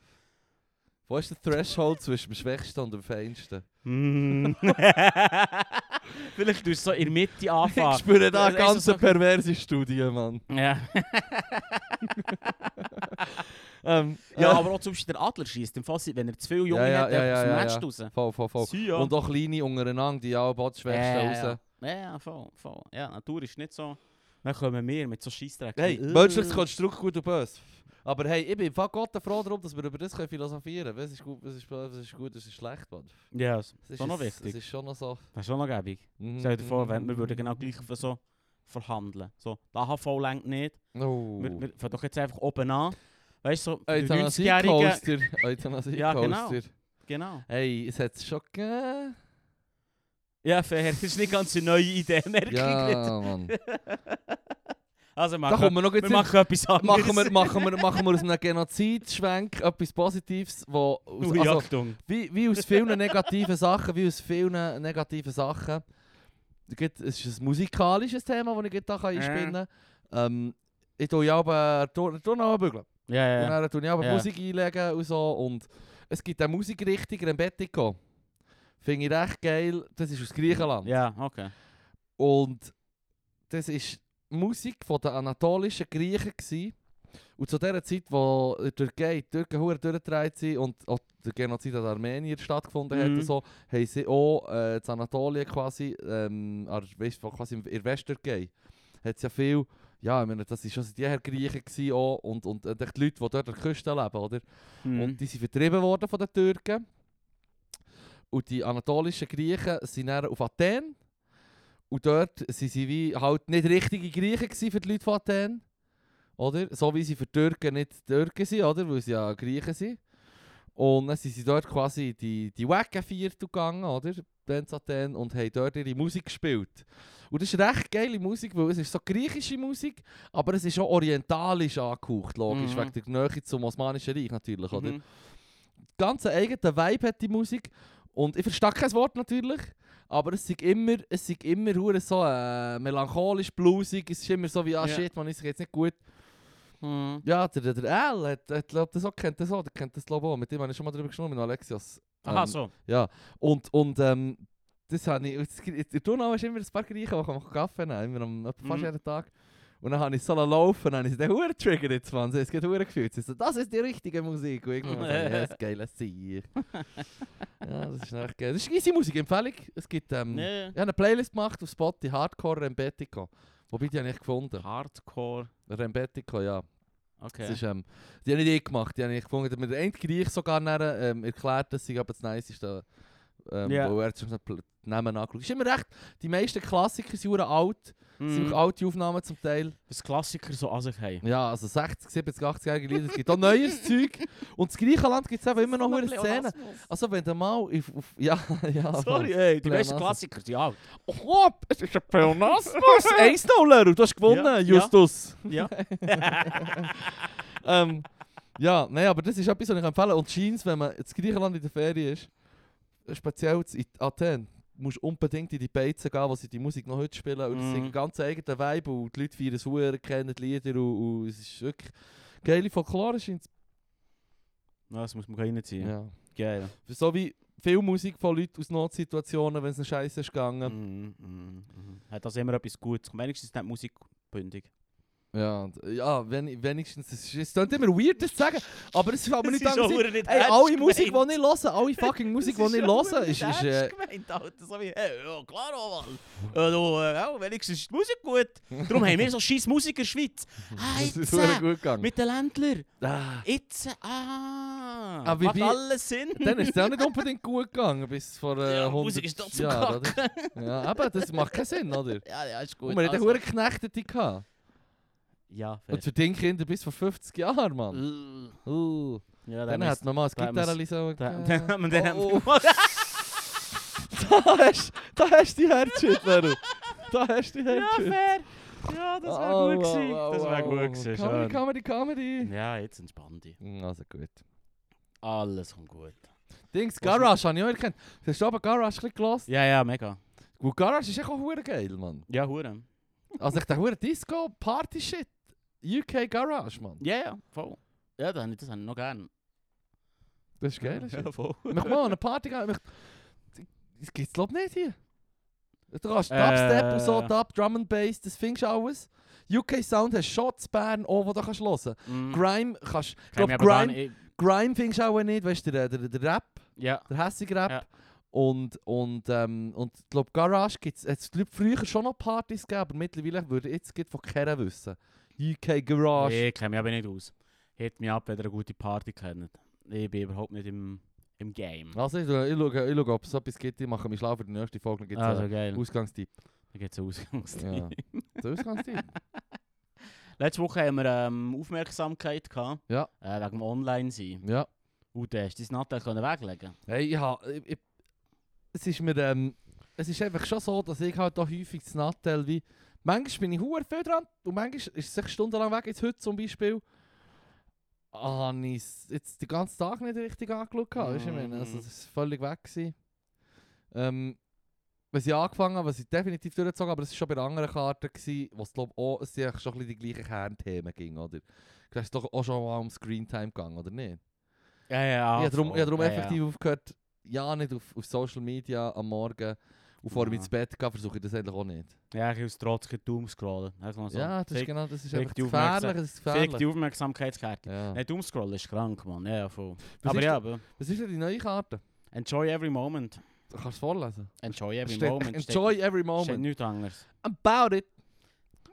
Speaker 1: Wo ist der Threshold zwischen dem Schwächsten und dem Feinsten?
Speaker 2: Mm. Vielleicht tust du so in der Mitte
Speaker 1: Ich
Speaker 2: anfangen.
Speaker 1: spüre da
Speaker 2: Das
Speaker 1: eine
Speaker 2: ist so
Speaker 1: ganz
Speaker 2: Sache-
Speaker 1: perverse Studie, Mann.
Speaker 2: ja.
Speaker 1: Ähm,
Speaker 2: ja,
Speaker 1: äh,
Speaker 2: aber auch zum Beispiel der Adler schießt. Im Fall, wenn er zu viele Junge
Speaker 1: Ja, ja,
Speaker 2: hat,
Speaker 1: ja,
Speaker 2: ja,
Speaker 1: ja,
Speaker 2: ja,
Speaker 1: ja,
Speaker 2: ja,
Speaker 1: ja.
Speaker 2: raus.
Speaker 1: voll, voll, voll.
Speaker 2: Sie, ja.
Speaker 1: Und auch kleine untereinander, die auch die Schwächsten
Speaker 2: ja,
Speaker 1: raus.
Speaker 2: ja. ja, ja, voll, voll. Ja, Natur ist nicht so. Dann kommen wir mit so Scheissdreck.
Speaker 1: Hey,
Speaker 2: Äh.
Speaker 1: menschliches Konstrukt gut und böse. Aber hey, ich bin fuck Gott froh darum, dass wir über das können philosophieren können. Was ist gut, was ist böse, was ist gut, was ist schlecht, Mann.
Speaker 2: Ja, das
Speaker 1: Das ist
Speaker 2: Schon noch
Speaker 1: es-
Speaker 2: wichtig.
Speaker 1: Es ist schon noch so.
Speaker 2: wäre schon noch gäbig.
Speaker 1: Mhm,
Speaker 2: Stell dir vor,
Speaker 1: mhm,
Speaker 2: wenn wir würden
Speaker 1: mhm.
Speaker 2: genau gleich für so verhandeln. So, die AHV lenkt nicht.
Speaker 1: Oh.
Speaker 2: Wir, wir fangen doch jetzt einfach oben an. Weißt du, so, für die 90-Jährigen.
Speaker 1: Euthanasie-Coaster. Euthanasie-Coaster.
Speaker 2: Ja, genau. Genau.
Speaker 1: Hey, es hat es schon gegeben.
Speaker 2: Ja, fair. Das ist nicht ganz eine neue Idee, merke ich nicht.
Speaker 1: Ja, Mann.
Speaker 2: Also,
Speaker 1: Da
Speaker 2: machen
Speaker 1: kommen wir noch
Speaker 2: wir
Speaker 1: jetzt
Speaker 2: machen etwas anderes.
Speaker 1: machen wir, machen wir, machen wir aus einem Genozid-Schwenk etwas Positives, wo, aus,
Speaker 2: Ui,
Speaker 1: also,
Speaker 2: Achtung.
Speaker 1: wie, wie aus vielen negativen Sachen, wie aus vielen negativen Sachen. Geht- Es ist ein musikalisches Thema, das ich gerade da kann einspinnen kann. Ähm, ich tue ja aber Turnauenbügeln.
Speaker 2: Ja, ja, ja.
Speaker 1: Und dann tue ich aber
Speaker 2: Ja.
Speaker 1: Musik einlegen und so. Und es gibt eine Musikrichtung, Rembetiko. Finde ich recht geil. Das ist aus Griechenland.
Speaker 2: Ja, okay.
Speaker 1: Und das ist Musik von den anatolischen Griechen. Gewesen. Und zu der Zeit, wo in der Türkei die Türken hure durchgedreht sind und auch der Genozid an den Armeniern stattgefunden hat
Speaker 2: Mhm.
Speaker 1: und so, haben sie auch äh, in Anatolien quasi, ähm, ar- weisst du, quasi in der Westtürkei, hat es ja viel, ja, ich meine, das waren schon seit jeher Griechen gewesen auch, und, und, und die Leute, die dort an der Küste leben, oder?
Speaker 2: Mhm.
Speaker 1: Und die sind vertrieben worden von den Türken. Und die anatolischen Griechen sind dann auf Athen. Und dort waren sie wie halt nicht richtige Griechen gewesen für die Leute von Athen. Oder? So wie sie für die Türken nicht Türken sind, oder? Weil sie ja Griechen sind. Und dann sind sie dort quasi die, die Wacken Viertel gegangen, oder? Dann zu Athen und haben dort ihre Musik gespielt. Und das ist recht geile Musik, weil es ist so griechische Musik, aber es ist auch orientalisch angehaucht, logisch,
Speaker 2: Mhm.
Speaker 1: wegen der Nähe zum Osmanischen Reich natürlich, oder?
Speaker 2: Mhm.
Speaker 1: ganz einen eigenen Vibe hat die Musik. Und ich verstehe kein Wort natürlich, aber es ist immer, es ist immer hure so äh, melancholisch, bluesig. Es ist immer so wie, ah
Speaker 2: Ja.
Speaker 1: shit, man ist jetzt nicht gut.
Speaker 2: Mhm.
Speaker 1: Ja, der, der, der L hat, hat glaub, das auch, kennt das auch, der kennt das glaube ich auch. Mit dem habe ich schon mal drüber gesprochen, mit Alexios.
Speaker 2: Aha,
Speaker 1: Ähm,
Speaker 2: so.
Speaker 1: Und, und ähm, das habe ich, es gibt- in der Donau ist immer ein paar Griechen, die kann Kaffee nehmen, immer am, etwa fast
Speaker 2: Mhm.
Speaker 1: jeden Tag. Und dann habe ich so laufen und dann habe ich sie dann hure triggert jetzt, Mann. Es geht hure gefühlt. Sie so, das ist die richtige Musik. Und irgendwann so, ja, das ist geil, das sehe Ja, das ist echt geil. Das ist easy Musikempfehlung. Es gibt, ähm,
Speaker 2: Ja,
Speaker 1: ich
Speaker 2: ja.
Speaker 1: habe eine Playlist gemacht auf Spotify, Hardcore Rembetico. Wobei die habe ich nicht gefunden.
Speaker 2: Hardcore.
Speaker 1: Rembetico, ja.
Speaker 2: Okay.
Speaker 1: Das ist, ähm, die habe ich nicht gemacht, die habe ich gefunden. Mir der Endgleich sogar nachher, ähm, erklärt, dass sie aber das Niceste ähm,
Speaker 2: Ja.
Speaker 1: wo er zum Beispiel die Namen angeschaut. Ist immer recht, die meisten Klassiker sind hure alt, sind
Speaker 2: mhm.
Speaker 1: wirklich alte Aufnahmen zum Teil.
Speaker 2: Das Klassiker so an sich haben.
Speaker 1: Ja, also 60, 70, 80-jährige Lieder, es gibt auch neues Zeug. Und in Griechenland gibt es eben immer noch hure Szenen. Also wenn du mal auf, auf ja, ja.
Speaker 2: Sorry, Oh, ey, die
Speaker 1: Pleonasmus.
Speaker 2: meisten Klassiker sind alt.
Speaker 1: Hopp, es ist ein Pleonasmus. 1 0 du hast gewonnen,
Speaker 2: Ja, ja.
Speaker 1: Justus.
Speaker 2: Ja.
Speaker 1: ähm, ja, nein, aber das ist etwas, was ich empfehle. Und Jeans, wenn man in Griechenland in der Ferien ist, speziell in Athen, musst du unbedingt in die Beizen gehen, wo sie die Musik noch heute spielen. Und das
Speaker 2: Mhm.
Speaker 1: ist ein ganz eigener Vibe und die Leute feiern es sehr, kennen die Lieder und, und es ist wirklich geile Folklore. scheint's.
Speaker 2: Ja, das muss man reinziehen.
Speaker 1: Ja.
Speaker 2: Geil.
Speaker 1: So wie viel Musik von Leuten aus Notsituationen, wenn es ihnen scheiße ist gegangen.
Speaker 2: Hmm, Mhm, mhm, mhm. Hat das immer etwas Gutes. Wenigstens nicht musikunbündig.
Speaker 1: Ja, und- ja wen, wenigstens, es ist- es klingt immer weird, das zu sagen, aber es fällt mir nicht
Speaker 2: Das ist
Speaker 1: an.
Speaker 2: auch nicht
Speaker 1: Ey,
Speaker 2: ernst
Speaker 1: alle Musik, die
Speaker 2: gemeint.
Speaker 1: ich höre, alle fucking Musik, die
Speaker 2: Das
Speaker 1: ich
Speaker 2: auch
Speaker 1: höre, ist,
Speaker 2: nicht
Speaker 1: ist, äh,
Speaker 2: ernst gemeint, Alter. So wie, hey, ja, klar, oh, Mann. Äh, du, äh, ja, wenigstens ist die Musik gut. Darum haben wir so scheiß Musik in der Schweiz. Ah,
Speaker 1: das ist
Speaker 2: jetzt,
Speaker 1: verdammt
Speaker 2: äh,
Speaker 1: gut gegangen.
Speaker 2: mit den Ländlern.
Speaker 1: Ah,
Speaker 2: Jetzt, äh, ah.
Speaker 1: Aber
Speaker 2: macht
Speaker 1: wie-
Speaker 2: alles Sinn.
Speaker 1: dann ist es auch nicht unbedingt gut gegangen, bis vor äh,
Speaker 2: Ja,
Speaker 1: 100
Speaker 2: Musik ist doch zum
Speaker 1: Jahren, oder? Ja, aber das macht keinen Sinn, oder?
Speaker 2: Ja, ja, ist gut.
Speaker 1: Und wir hatten
Speaker 2: also-
Speaker 1: also. Knechtete gehabt.
Speaker 2: Ja,
Speaker 1: Und
Speaker 2: fair.
Speaker 1: für den Kinder bis vor 50 Jahren, Mann.
Speaker 2: L-
Speaker 1: Uh.
Speaker 2: Ja,
Speaker 1: Dann
Speaker 2: müsst-
Speaker 1: hat man mal ein
Speaker 2: da hat man's-
Speaker 1: Gitarre sollen
Speaker 2: Dann
Speaker 1: geben.
Speaker 2: dann- dann hat
Speaker 1: Oh,
Speaker 2: man...
Speaker 1: Da hast da hast du die Herzschüttler. Da hast du die
Speaker 2: Ja,
Speaker 1: Herzschüttler.
Speaker 2: fair. Ja, das wäre
Speaker 1: Oh,
Speaker 2: gut
Speaker 1: wow,
Speaker 2: gewesen.
Speaker 1: wow,
Speaker 2: das wäre
Speaker 1: wow.
Speaker 2: gut gewesen,
Speaker 1: Comedy,
Speaker 2: schön.
Speaker 1: Comedy, Comedy.
Speaker 2: Ja, jetzt entspann dich.
Speaker 1: Hm, Also gut.
Speaker 2: Alles kommt gut.
Speaker 1: Dings,
Speaker 2: Was-
Speaker 1: Garage habe ich auch erkannt. Hast du aber Garage ein bisschen gelassen?
Speaker 2: Ja, ja, mega.
Speaker 1: Gut, Garage ist echt auch hure geil, Mann.
Speaker 2: Ja, hure.
Speaker 1: Also ich dachte, hure Disco, Party-Shit. UK Garage, Mann.
Speaker 2: Ja, ja, voll. Ja, das habe ich, das hab ich noch gern.
Speaker 1: Das ist geil. das ist
Speaker 2: Ja, voll.
Speaker 1: Ich möchte mal an eine Party gehen. ich möchte- Das gibt es glaube nicht hier. Du kannst
Speaker 2: Äh.
Speaker 1: Dubstep und so, Dub, Drum and Bass, das findest du alles. UK Sound hast Shots Bern, auch wo du kannst hören.
Speaker 2: Mm.
Speaker 1: Grime kannst... Ich
Speaker 2: Kann
Speaker 1: glaube,
Speaker 2: mich aber da
Speaker 1: Grime,
Speaker 2: nicht-
Speaker 1: Grime findest du auch nicht, weißt du, der, der, der Rap,
Speaker 2: Ja.
Speaker 1: der hässige Rap.
Speaker 2: Ja.
Speaker 1: Und, und, ähm, und ich glaube, Garage gibt's, hat's die Leute früher schon noch Partys gegeben, aber mittlerweile würde ich jetzt gerade von keiner wissen. UK Garage.
Speaker 2: Ich kenne mich aber nicht aus. Hätte mich ab, wenn ihr eine gute Party kennt. Ich bin überhaupt nicht im, im Game.
Speaker 1: Also ich, ich schaue, ich schaue ob es etwas gibt, ich mache mich schlau für die nächste Folge, dann gibt es
Speaker 2: also
Speaker 1: einen
Speaker 2: Ah, geil.
Speaker 1: Ausgangstipp.
Speaker 2: Da gibt es einen Ausgangsteil.
Speaker 1: eh, Ja. Der Ausgangstipp.
Speaker 2: Letzte Woche haben wir ähm, Aufmerksamkeit gehabt.
Speaker 1: Ja.
Speaker 2: Äh, wegen dem Online-Sein.
Speaker 1: Ja.
Speaker 2: Und da hast du dein Nattel können weglegen
Speaker 1: Hey, ich ha, ich, ich, es ist mir, ähm, es ist einfach schon so, dass ich halt da häufig das Nattel wie, manchmal bin ich hure viel dran und manchmal ist es sechs Stunden lang weg, jetzt heute zum Beispiel, ah, ich jetzt den ganzen Tag nicht richtig angeschaut, habe, weisst du, ich meine, also
Speaker 2: Mhm.
Speaker 1: das ist völlig weg gewesen. Ähm, was ich angefangen habe, was ich definitiv durchgezogen habe, aber es war schon bei einer anderen Karten, gewesen, wo es glaube auch, es sind eigentlich schon ein bisschen die gleichen Kernthemen ging, oder? Du hast doch auch schon mal um Screentime gegangen, oder nicht?
Speaker 2: Ja, ja.
Speaker 1: ich habe darum,
Speaker 2: voll.
Speaker 1: ich hab darum
Speaker 2: Ja, ja.
Speaker 1: effektiv aufgehört, ja nicht auf, auf Social Media am Morgen und vor mir
Speaker 2: Ja.
Speaker 1: ins Bett gehen, versuche ich das eigentlich auch nicht.
Speaker 2: Ja, ich aus Trotz Doom scrollen. Einfach mal so.
Speaker 1: ja, das ist
Speaker 2: Fick-
Speaker 1: genau, das ist
Speaker 2: fick
Speaker 1: einfach
Speaker 2: die
Speaker 1: gefährlich, das ist
Speaker 2: Fick die
Speaker 1: gefährlich.
Speaker 2: Aufmerksamkeitskarte.
Speaker 1: Ja.
Speaker 2: Nicht Doom scrollen ist krank, Mann. Ja, ja, voll.
Speaker 1: Was
Speaker 2: aber
Speaker 1: ist
Speaker 2: ja,
Speaker 1: da-
Speaker 2: aber
Speaker 1: Was ist denn die neue Karte?
Speaker 2: enjoy every moment.
Speaker 1: Du kannst es vorlesen.
Speaker 2: Enjoy every
Speaker 1: Steht-
Speaker 2: moment.
Speaker 1: Enjoy every
Speaker 2: steht, Steht
Speaker 1: moment.
Speaker 2: nichts anderes.
Speaker 1: About it.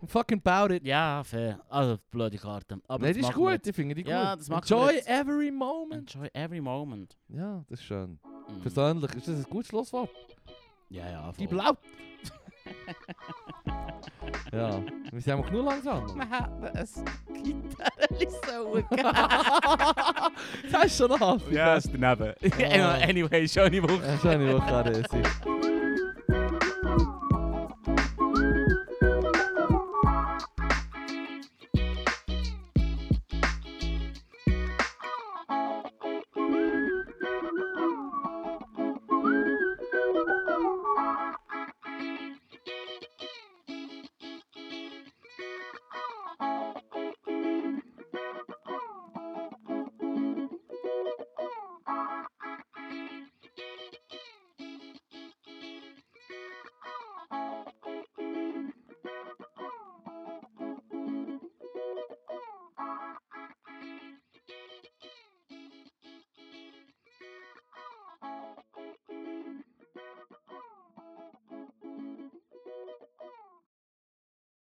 Speaker 1: I'm fucking about it.
Speaker 2: Ja, fair. Also, blöde Karte. Aber
Speaker 1: Nein,
Speaker 2: das
Speaker 1: die ist
Speaker 2: machen wir
Speaker 1: gut, ich finde die gut.
Speaker 2: Ja, das machen wir
Speaker 1: Enjoy
Speaker 2: jetzt.
Speaker 1: every
Speaker 2: jetzt.
Speaker 1: moment.
Speaker 2: Enjoy every moment.
Speaker 1: Ja, das ist schön.
Speaker 2: Mhm.
Speaker 1: Persönlich, ist das ein gutes Schlusswort?
Speaker 2: Ja, ja,
Speaker 1: Die
Speaker 2: voll.
Speaker 1: blau. ja, wir sind auch nur langsam.
Speaker 2: Man hat mir ein Gitarre sollen geben.
Speaker 1: Das ist schon eine halbe.
Speaker 2: Ja, ist daneben. Anyway, schöne Woche.
Speaker 1: Schöne Woche, Resi.